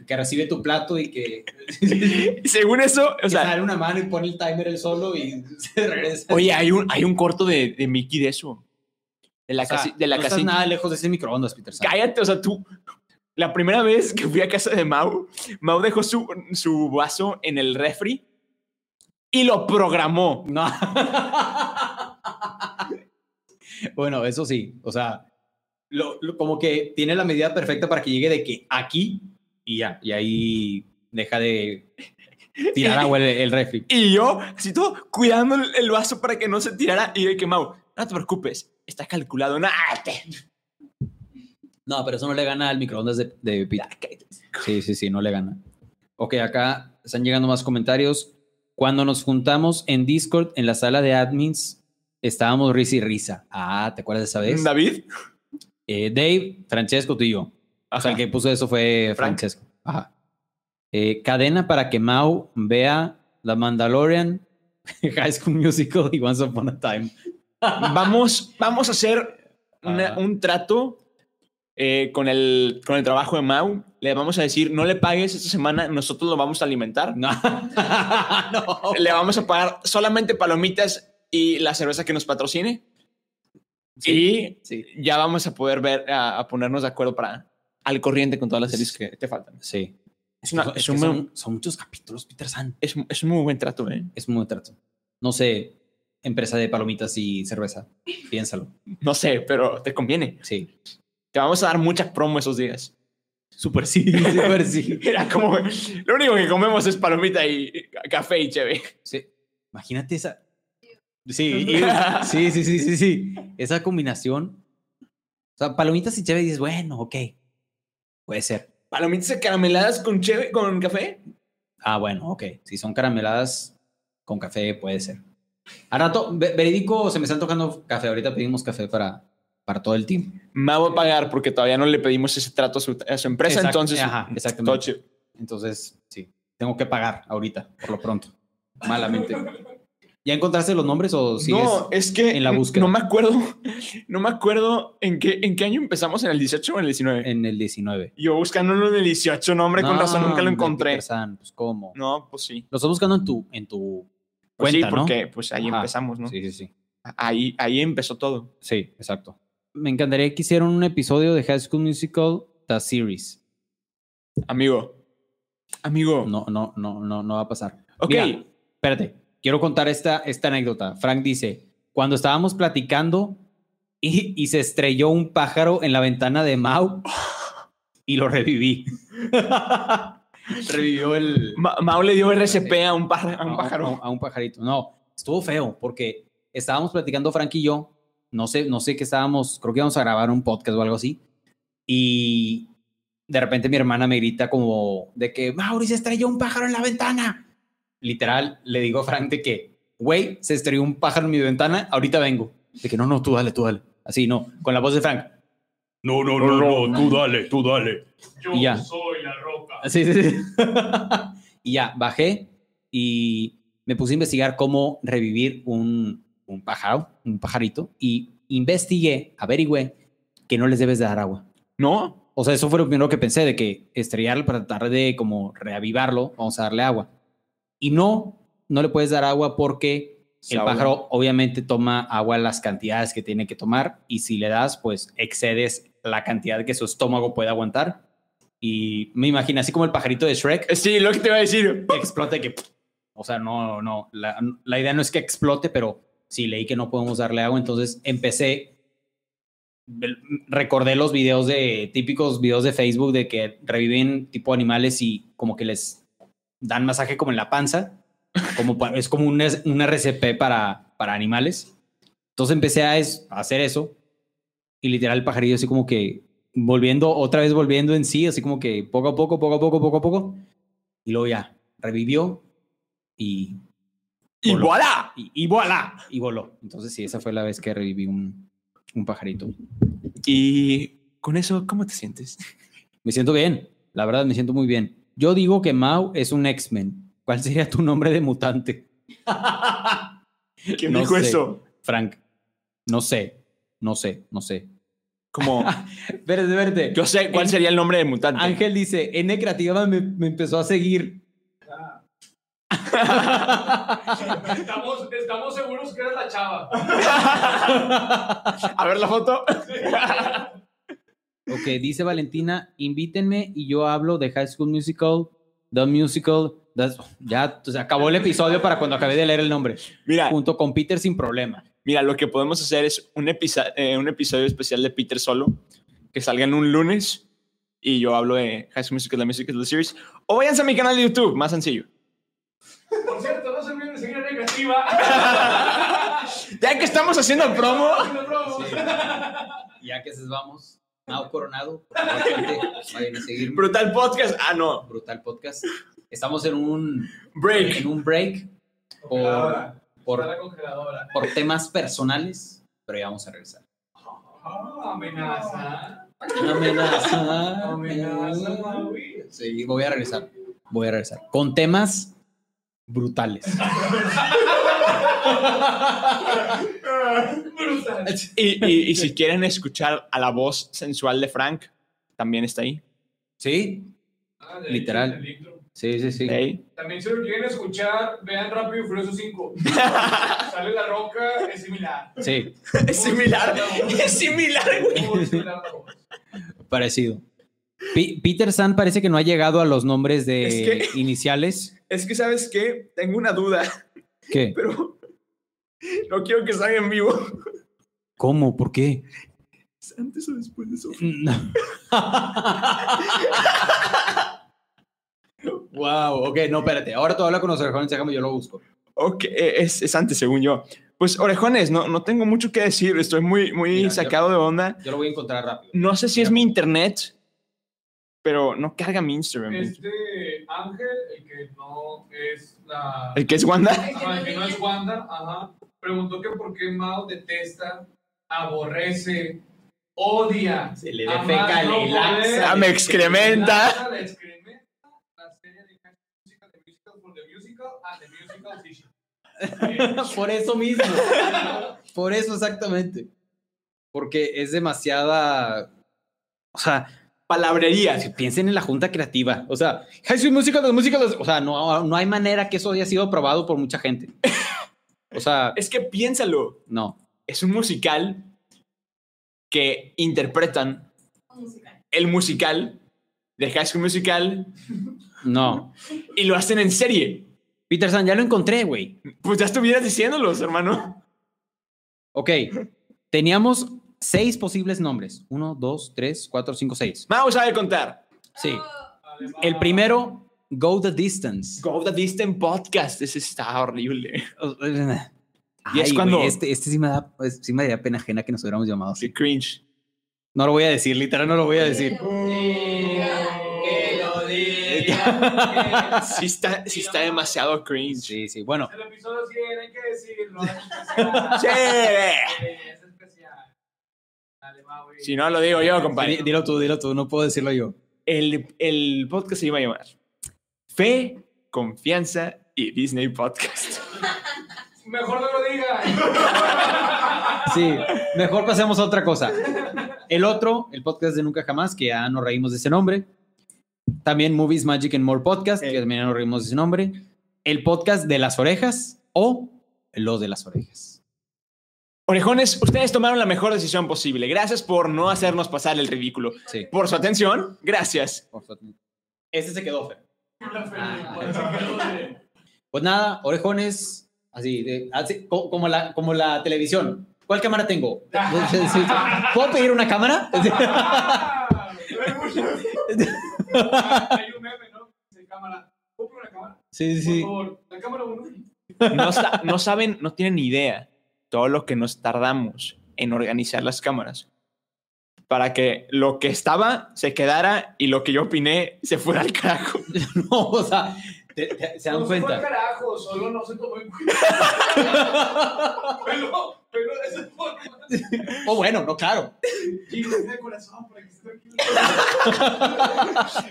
que recibe tu plato y que, Según eso, o que sea, sale una mano y pone el timer él solo y (laughs) se regresa. oye, hay un, hay un corto de, de Mickey de eso. De la, O sea, casi- de la no casi- estás nada lejos de ese microondas, Peter San. Cállate, o sea, tú. La primera vez que fui a casa de Mau, Mau dejó su, su vaso en el refri y lo programó. No. bueno, eso sí, o sea, lo, lo- como que tiene la medida perfecta para que llegue de que aquí y ya, y ahí deja de tirar agua el, el refri. Y yo, así todo, cuidando el el vaso para que no se tirara. Y yo, que Mau, no te preocupes, está calculado. Nah, te- No, pero eso no le gana al microondas de, de Pita. Sí, sí, sí, no le gana. Ok, acá están llegando más comentarios. Cuando nos juntamos en Discord, en la sala de admins, estábamos risa y risa. Ah, ¿te acuerdas de esa vez? David. Eh, Dave, Francesco, tú y yo. O sea, el que puso eso fue Frank. Francesco. Ajá. Eh, cadena para que Mau vea La Mandalorian, (laughs) High School Musical y Once Upon a Time. (laughs) vamos, vamos a hacer una- Ajá. un trato eh, con, el, con el trabajo de Mau. Le vamos a decir, no le pagues esta semana, nosotros lo vamos a alimentar. (laughs) No. No. Le vamos a pagar solamente palomitas y la cerveza que nos patrocine. Sí, sí. Y ya vamos a poder ver, a, a ponernos de acuerdo para al corriente con todas las series que te faltan. Sí. Es una- que son- es es que un- son, son muchos capítulos, Peter San. Es, es un muy buen trato, ¿eh? Es muy trato. No sé, empresa de palomitas y cerveza. Piénsalo. No sé, pero te conviene. Sí. Te vamos a dar muchas promo esos días. (laughs) Súper sí. (laughs) Súper sí. Era como, lo único que comemos es palomita y café y cheve. Sí. Imagínate esa. Sí, (laughs) y- sí, sí, sí, sí, sí. Esa combinación. O sea, palomitas y cheve dices, bueno, ok. Puede ser. Palomitas carameladas con cheve, con café. Ah, bueno, ok. Si son carameladas con café, puede ser. A rato, ve- verídico, se me están tocando café. Ahorita pedimos café para, para todo el team. Me voy a pagar porque todavía no le pedimos ese trato a su, a su empresa, Exacto, entonces. ajá, exactamente. todo chido. Entonces, sí, tengo que pagar ahorita, por lo pronto. Malamente. ¿Ya encontraste los nombres o sigues? no, es que en la n- búsqueda. no me acuerdo, (laughs) no me acuerdo en qué, en qué año empezamos, en el 18 o en el 19. en el 19. Yo buscando uno en el 18, no, hombre, con Eh. No, razón nunca lo hombre, encontré. Peter San, pues, ¿cómo? No, pues sí. Lo estás buscando en tu, en tu Pues cuenta, sí, porque pues ahí Ajá, empezamos, ¿no? ¿no? Sí, sí, sí. Ahí, ahí empezó todo. Sí, exacto. Me encantaría que hicieran un episodio de High School Musical The Series. Amigo. Amigo. No, no, no, no, no va a pasar. ok. Mira, espérate, quiero contar esta, esta anécdota. Frank dice, cuando estábamos platicando y, y se estrelló un pájaro en la ventana de Mau y lo reviví. Revivió el, Ma- Mao le dio RCP a un, par- a un a- pájaro. A, a un pajarito. No, estuvo feo porque estábamos platicando Frank y yo. No sé, no sé qué estábamos. Creo que íbamos a grabar un podcast o algo así. Y de repente mi hermana me grita como de que Mauri se estrelló un pájaro en la ventana. Literal, le digo a Frank de que, güey, se estrelló un pájaro en mi ventana. Ahorita vengo. De que no, no, tú dale, tú dale. Así, no, con la voz de Frank. No, no, no, no, tú dale, tú dale. Yo Y ya. soy la roca. Sí, sí, (laughs) sí. y ya, bajé y me puse a investigar cómo revivir un, un pájaro, un pajarito, y investigué, averigüé que no les debes de dar agua. No. O sea, eso fue lo primero que pensé, de que estrellarlo para tratar de como reavivarlo, vamos a darle agua. Y no, no le puedes dar agua porque Se el ahoga. pájaro obviamente toma agua las cantidades que tiene que tomar y si le das, pues excedes la cantidad que su estómago puede aguantar. Y me imagino, así como el pajarito de Shrek, Sí, lo que te iba a decir. que explote, que... O sea, no, no, la, la idea no es que explote, pero sí leí que no podemos darle agua, entonces empecé, el- recordé los videos de, típicos videos de Facebook de que reviven tipo animales y como que les dan masaje como en la panza, como pa- es como un, es- un RCP para, para animales. Entonces empecé a, es- a hacer eso y literal el pajarillo así como que volviendo, otra vez volviendo en sí, así como que poco a poco, poco a poco, poco a poco. Y luego ya, revivió y, ¡Y Voló. voilà! y, y voilà, y voló. Entonces sí, esa fue la vez que reviví un, un pajarito. Y con eso, ¿cómo te sientes? Me siento bien, la verdad me siento muy bien. Yo digo que Mau es un X-Men. ¿Cuál sería tu nombre de mutante, ¿Quién No dijo sé. eso? Frank? No sé, no sé, no sé. (laughs) Como, Espérate, espérate. yo sé cuál En- sería el nombre de mutante. Ángel dice, N Creativa me, me empezó a seguir. Estamos, estamos seguros que eres la chava. A ver la foto. Ok, dice Valentina, invítenme y yo hablo de High School Musical, The Musical. that's- ya se acabó el episodio para cuando acabé de leer el nombre. Mira, Junto con Peter sin problema. mira, lo que podemos hacer es un, episa- eh, un episodio especial de Peter solo, que salga en un lunes y yo hablo de High School Musical, la Music is the Series. O váyanse a mi canal de YouTube, más sencillo. Por cierto, no se olviden de seguir a negativa. (laughs) (laughs) Ya que estamos haciendo promo. Ya que se vamos, Mau Coronado, por favor, gente, vayan a seguirme. Brutal Podcast. Ah, no. Brutal podcast. Estamos en un, Break. (laughs) en un break por, Congeladora. Está por, la congeladora. por temas personales, pero ya vamos a regresar. Ah, amenaza. (laughs) Amenaza. Amenaza, Maui. Sí, voy a regresar. Voy a regresar. Con temas brutales. Brutal. Y, y- y si quieren escuchar a la voz sensual de Frank, también está ahí. Sí, Ah, de Literal. hecho, en el intro. sí, sí, sí. Ey. También si lo quieren escuchar, vean Rápido y Furioso 5. Sale la roca, es similar. (laughs) Sí, Es similar. Es similar, güey. Muy similar a la voz. parecido. Pi- Peter San parece que no ha llegado a los nombres de Es iniciales. Es que, ¿sabes qué? Tengo una duda, (laughs) ¿Qué? pero no quiero que salga en vivo. ¿Cómo? ¿Por qué? ¿Es antes o después de eso? No. wow, ok, no, espérate. Ahora tú habla con los orejones, déjame, yo lo busco. Ok, eh, es, es antes, según yo. Pues, orejones, no, no tengo mucho que decir. Estoy muy, muy Mira, yo- sacado de onda. Yo lo voy a encontrar rápido. No sé si es Ya. mi internet, pero no carga mi Instagram. Este Ángel, el que no es la. El que es (laughs) Wanda. Ajá, el que no es Wanda, ajá, preguntó que por qué Mao detesta, aborrece, odia. Se le a más defeca, no le poder, laxa, Ah, me excrementa. la excrementa, la serie de High School Musical, The Musical for the Musical, and the Musical Vision. (laughs) Por eso mismo. Por eso exactamente. Porque es demasiada. O sea, Palabrería. si piensen en la junta creativa. O sea, High School Musical, los músicos. O sea, no, no hay manera que eso haya sido aprobado por mucha gente. O sea, Es que piénsalo. no. Es un musical que interpretan el musical de High School Musical No. y lo hacen en serie. Peterson, ya lo encontré, güey. Pues ya estuvieras diciéndolos, hermano. Ok. Teníamos seis posibles nombres: uno, dos, tres, cuatro, cinco, seis. Mau sabe contar. Sí. Vale, Mao. El primero, Go the Distance. Go the Distant Podcast. Ese está horrible. eh, y es cuando. güey, este, este sí, me da, pues, sí me daría pena ajena que nos hubiéramos llamado así. Qué cringe. No lo voy a decir, literal, no lo voy a decir. que lo (laughs) Sí está, sí está demasiado cringe. Sí, sí, bueno. El episodio 100, hay que decirlo. Es especial. Sí. Eh, Es especial. Dale, Mao. y- Si no, lo digo yo, di- compadre. Dilo tú, dilo tú, no puedo decirlo yo. El, el podcast se iba a llamar Fe, Confianza y Disney Podcast. Mejor no (laughs) lo diga. Sí, mejor pasemos a otra cosa. El otro, el podcast de Nunca Jamás, que ya nos reímos de ese nombre. También Movies, Magic and More Podcast, que también ya nos reímos de ese nombre. El podcast de las orejas o los de las orejas. Orejones, ustedes tomaron la mejor decisión posible. Gracias por no hacernos pasar el ridículo. Sí. Por su atención, gracias. por favor. Este se quedó, Fer. Dale, Pues nada, orejones, así, de- así, co- como, la, como la televisión. ¿Cuál cámara tengo? ¿Puedo pedir una cámara? Ah, Hay un meme, ¿no? De cámara. Compra una cámara. Sí, sí, sí. Por (laughs) favor, la cámara uno. No, sa- no saben, no tienen ni idea todo lo que nos tardamos en organizar las cámaras para que lo que estaba se quedara y lo que yo opiné se fuera al carajo. No, o sea, te- te- se dan No se fue al cuenta. carajo, solo no se tomó (laughs) en cuenta. pero, pero de esa forma. Oh, bueno, no, claro. Y le di el corazón para que esté tranquilo.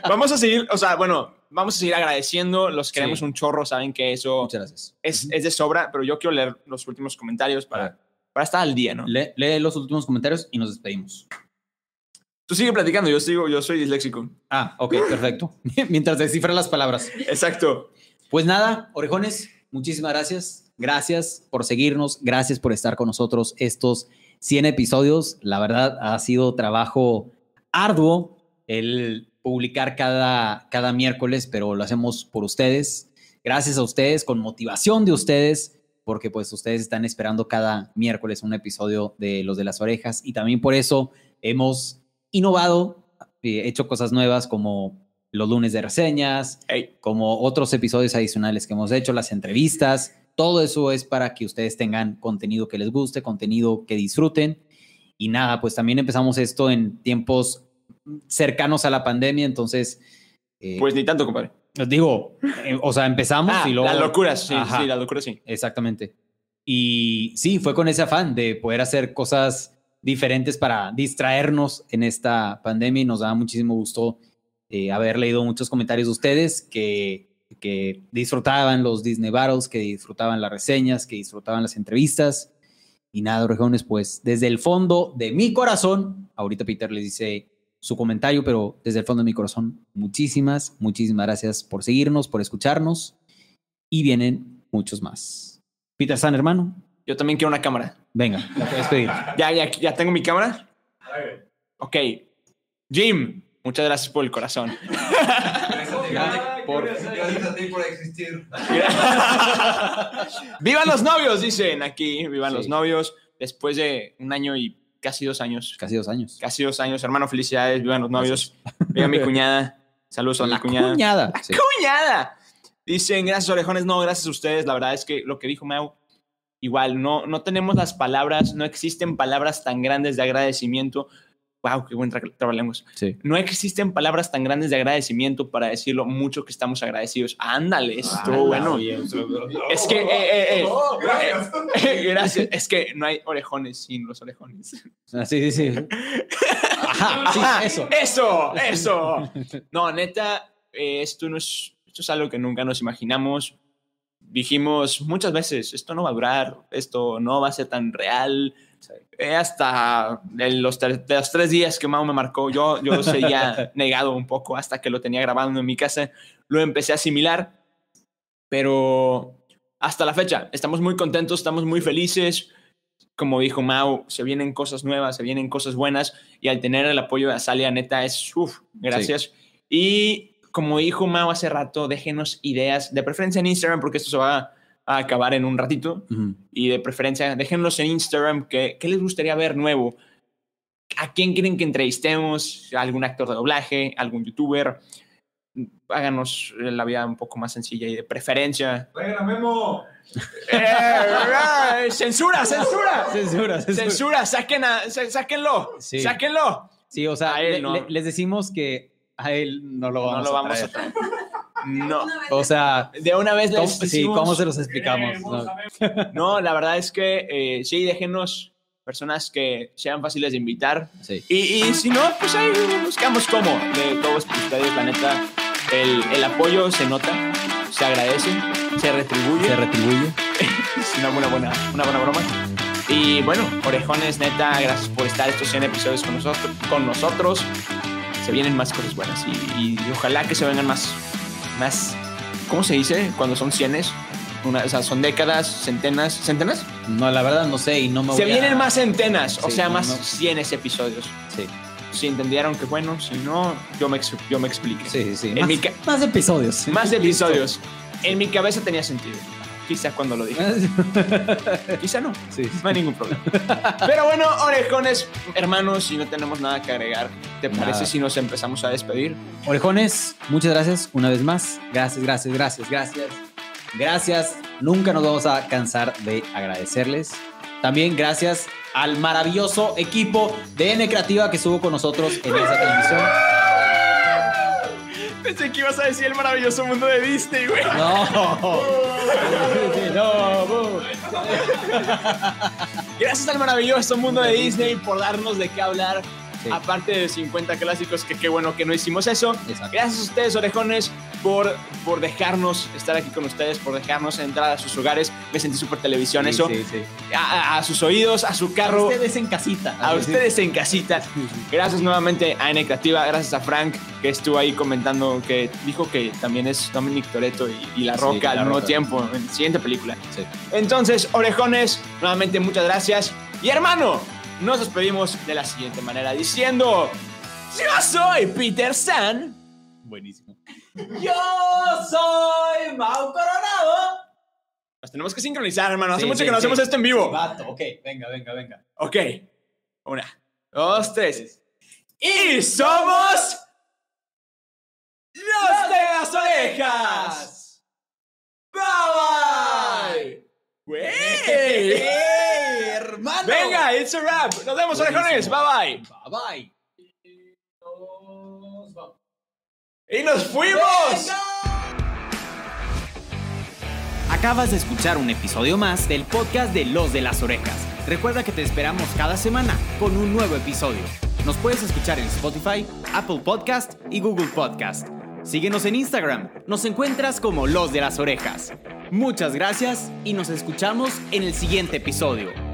Vamos a seguir, o sea, bueno, vamos a seguir agradeciendo, los queremos Sí. un chorro, saben que eso Muchas gracias. es, es de sobra, pero yo quiero leer los últimos comentarios para, para estar al día, ¿no? Le- lee los últimos comentarios y nos despedimos. Tú sigue platicando, yo sigo, yo soy disléxico. Ah, ok, perfecto. (laughs) Mientras descifra las palabras. Exacto. Pues nada, orejones, muchísimas gracias. Gracias por seguirnos, gracias por estar con nosotros estos 100 episodios. La verdad ha sido trabajo arduo el publicar cada, cada miércoles, pero lo hacemos por ustedes. Gracias a ustedes, con motivación de ustedes, porque pues ustedes están esperando cada miércoles un episodio de Los de las Orejas y también por eso hemos innovado, eh, hecho cosas nuevas como los lunes de reseñas, Ey, como otros episodios adicionales que hemos hecho, las entrevistas, todo eso es para que ustedes tengan contenido que les guste, contenido que disfruten. Y nada, pues también empezamos esto en tiempos cercanos a la pandemia, entonces, eh, pues ni tanto, compadre. os digo, eh, o sea, empezamos Ah, y luego... las locuras, sí, Ajá. sí, las locuras, sí. Exactamente. Y sí, fue con ese afán de poder hacer cosas diferentes para distraernos en esta pandemia y nos da muchísimo gusto eh, haber leído muchos comentarios de ustedes que, que disfrutaban los Disney Battles, que disfrutaban las reseñas, que disfrutaban las entrevistas. Y nada, orejones, pues desde el fondo de mi corazón, ahorita Peter les dice su comentario, pero desde el fondo de mi corazón, muchísimas, muchísimas gracias por seguirnos, por escucharnos y vienen muchos más. Peter San, hermano, Yo también quiero una cámara. venga, la puedes pedir. Ya, ya, ya tengo mi cámara. A ver, Ok. Jim, muchas gracias por el corazón. Gracias a ti, Ya, por- ¿qué hubieras gracias a ti por existir. ¡Vivan los novios! Dicen aquí, vivan Sí. los novios. Después de un año y casi dos años. Casi dos años. Casi dos años, hermano, felicidades, vivan los novios. Viva mi cuñada. Saludos a mi la cuñada. cuñada. Sí. ¡Cuñada! Dicen, gracias, orejones. No, gracias a ustedes. La verdad es que lo que dijo Mau, igual, no, no tenemos las palabras, no existen palabras tan grandes de agradecimiento. ¡Wow! ¡Qué buen tra- trabalenguas! Sí. No existen palabras tan grandes de agradecimiento para decir lo mucho que estamos agradecidos. Ándale, Ah, estuvo bueno. (laughs) (laughs) Es que, eh, eh, eh, No, gracias. gracias. Es que no hay orejones sin los orejones. Ah, (laughs) sí, sí, sí. Ajá, sí, Ajá, eso. (laughs) Eso, eso. No, neta, eh, esto no es, esto es algo que nunca nos imaginamos. Dijimos muchas veces, esto no va a durar, esto no va a ser tan real. Eh, hasta el- los, ter- de los tres días que Mau me marcó, yo, yo (laughs) lo seguía negado un poco hasta que lo tenía grabando en mi casa. Lo empecé a asimilar, pero hasta la fecha estamos muy contentos, estamos muy felices. Como dijo Mau, se vienen cosas nuevas, se vienen cosas buenas y al tener el apoyo de Azalia, neta, es uff, gracias. Y como dijo Mao hace rato, déjenos ideas, de preferencia en Instagram, porque esto se va a acabar en un ratito. Ujú. Y de preferencia, déjenlos en Instagram, que, ¿qué les gustaría ver nuevo? ¿A quién quieren que entrevistemos? ¿Algún actor de doblaje? ¿Algún youtuber? Háganos eh, la vida un poco más sencilla y de preferencia. Venga, Memo. (laughs) ¡Eh, eh, ¡Censura, censura! Censura, censura. ¡Censura! Saquen a- sa- ¡Sáquenlo! Sí. ¡Sáquenlo! Sí, o sea, A él le- no. le- les decimos que a él no lo vamos, no lo vamos a, a traer. traer. No. O sea, De una vez ¿cómo, les sí, decimos- ¿cómo se los explicamos? Queremos No. a Memo. No, la verdad es que eh, sí, déjenos personas que sean fáciles de invitar. Sí. Y, y si no, pues ahí buscamos cómo. De todos ustedes, la neta, el, el apoyo se nota, se agradece, se retribuye. Se retribuye. es una buena, buena, una buena broma. Y bueno, orejones, neta, gracias por estar estos 100 episodios con nosotros. Con nosotros. Se vienen más cosas buenas y, y ojalá que se vengan más, más, ¿cómo se dice? Cuando son cienes, una, o sea, son décadas, centenas, centenas. No, la verdad no sé y no me Se voy a- vienen más centenas, o Sí, sea, no, más no. 100 episodios. Sí, Si entendieron que bueno, si no, yo me, ex- yo me expliqué. sí, sí. En Más, mi ca- más episodios. Más episodios. En mi cabeza tenía sentido. Quizá cuando lo (laughs) dije. Quizá no. (laughs) Sí, sí. No hay ningún problema. Pero bueno, orejones, hermanos, si no tenemos nada que agregar, ¿te Nada. parece si nos empezamos a despedir? Orejones, muchas gracias una vez más. Gracias, gracias, gracias, gracias. Gracias. Nunca nos vamos a cansar de agradecerles. También gracias al maravilloso equipo de N Creativa que estuvo con nosotros en esa transmisión. (laughs) Pensé que ibas a decir el maravilloso mundo de Disney, güey. (laughs) No. (laughs) No, bu. Gracias al maravilloso mundo de Disney por darnos de qué hablar. Sí. Aparte de 50 clásicos, que qué bueno que no hicimos eso. Exacto. Gracias a ustedes, orejones, por, por dejarnos estar aquí con ustedes, por dejarnos entrar a sus hogares. Me sentí súper televisión eso. Sí, sí, sí. A, a- a sus oídos, a su A carro, ustedes en casita. a ustedes en casita. Gracias nuevamente a N Creativa, gracias a Frank, que estuvo ahí comentando, que dijo que también es Dominic Toretto y, y La Sí, Roca La al mismo Roca. tiempo, en la siguiente película. Sí. Entonces, orejones, nuevamente muchas gracias. Y hermano, nos despedimos de la siguiente manera diciendo, yo soy Peter San. Buenísimo. Yo soy Mau Coronado. Nos tenemos que sincronizar, hermano. Hace Sí, mucho sí, que no sí. hacemos esto en vivo. Vato, ok, venga, venga, venga. Ok. Una, dos, tres. Y somos los de las orejas. Bye bye. Güey. hermano! Venga, it's a wrap. Nos vemos, Buenísimo. orejones. Bye Bye bye. Nos vamos. bye. Y nos fuimos. Acabas de escuchar un episodio más del podcast de Los de las Orejas. Recuerda que te esperamos cada semana con un nuevo episodio. Nos puedes escuchar en Spotify, Apple Podcast y Google Podcast. Síguenos en Instagram, nos encuentras como Los de las Orejas. Muchas gracias y nos escuchamos en el siguiente episodio.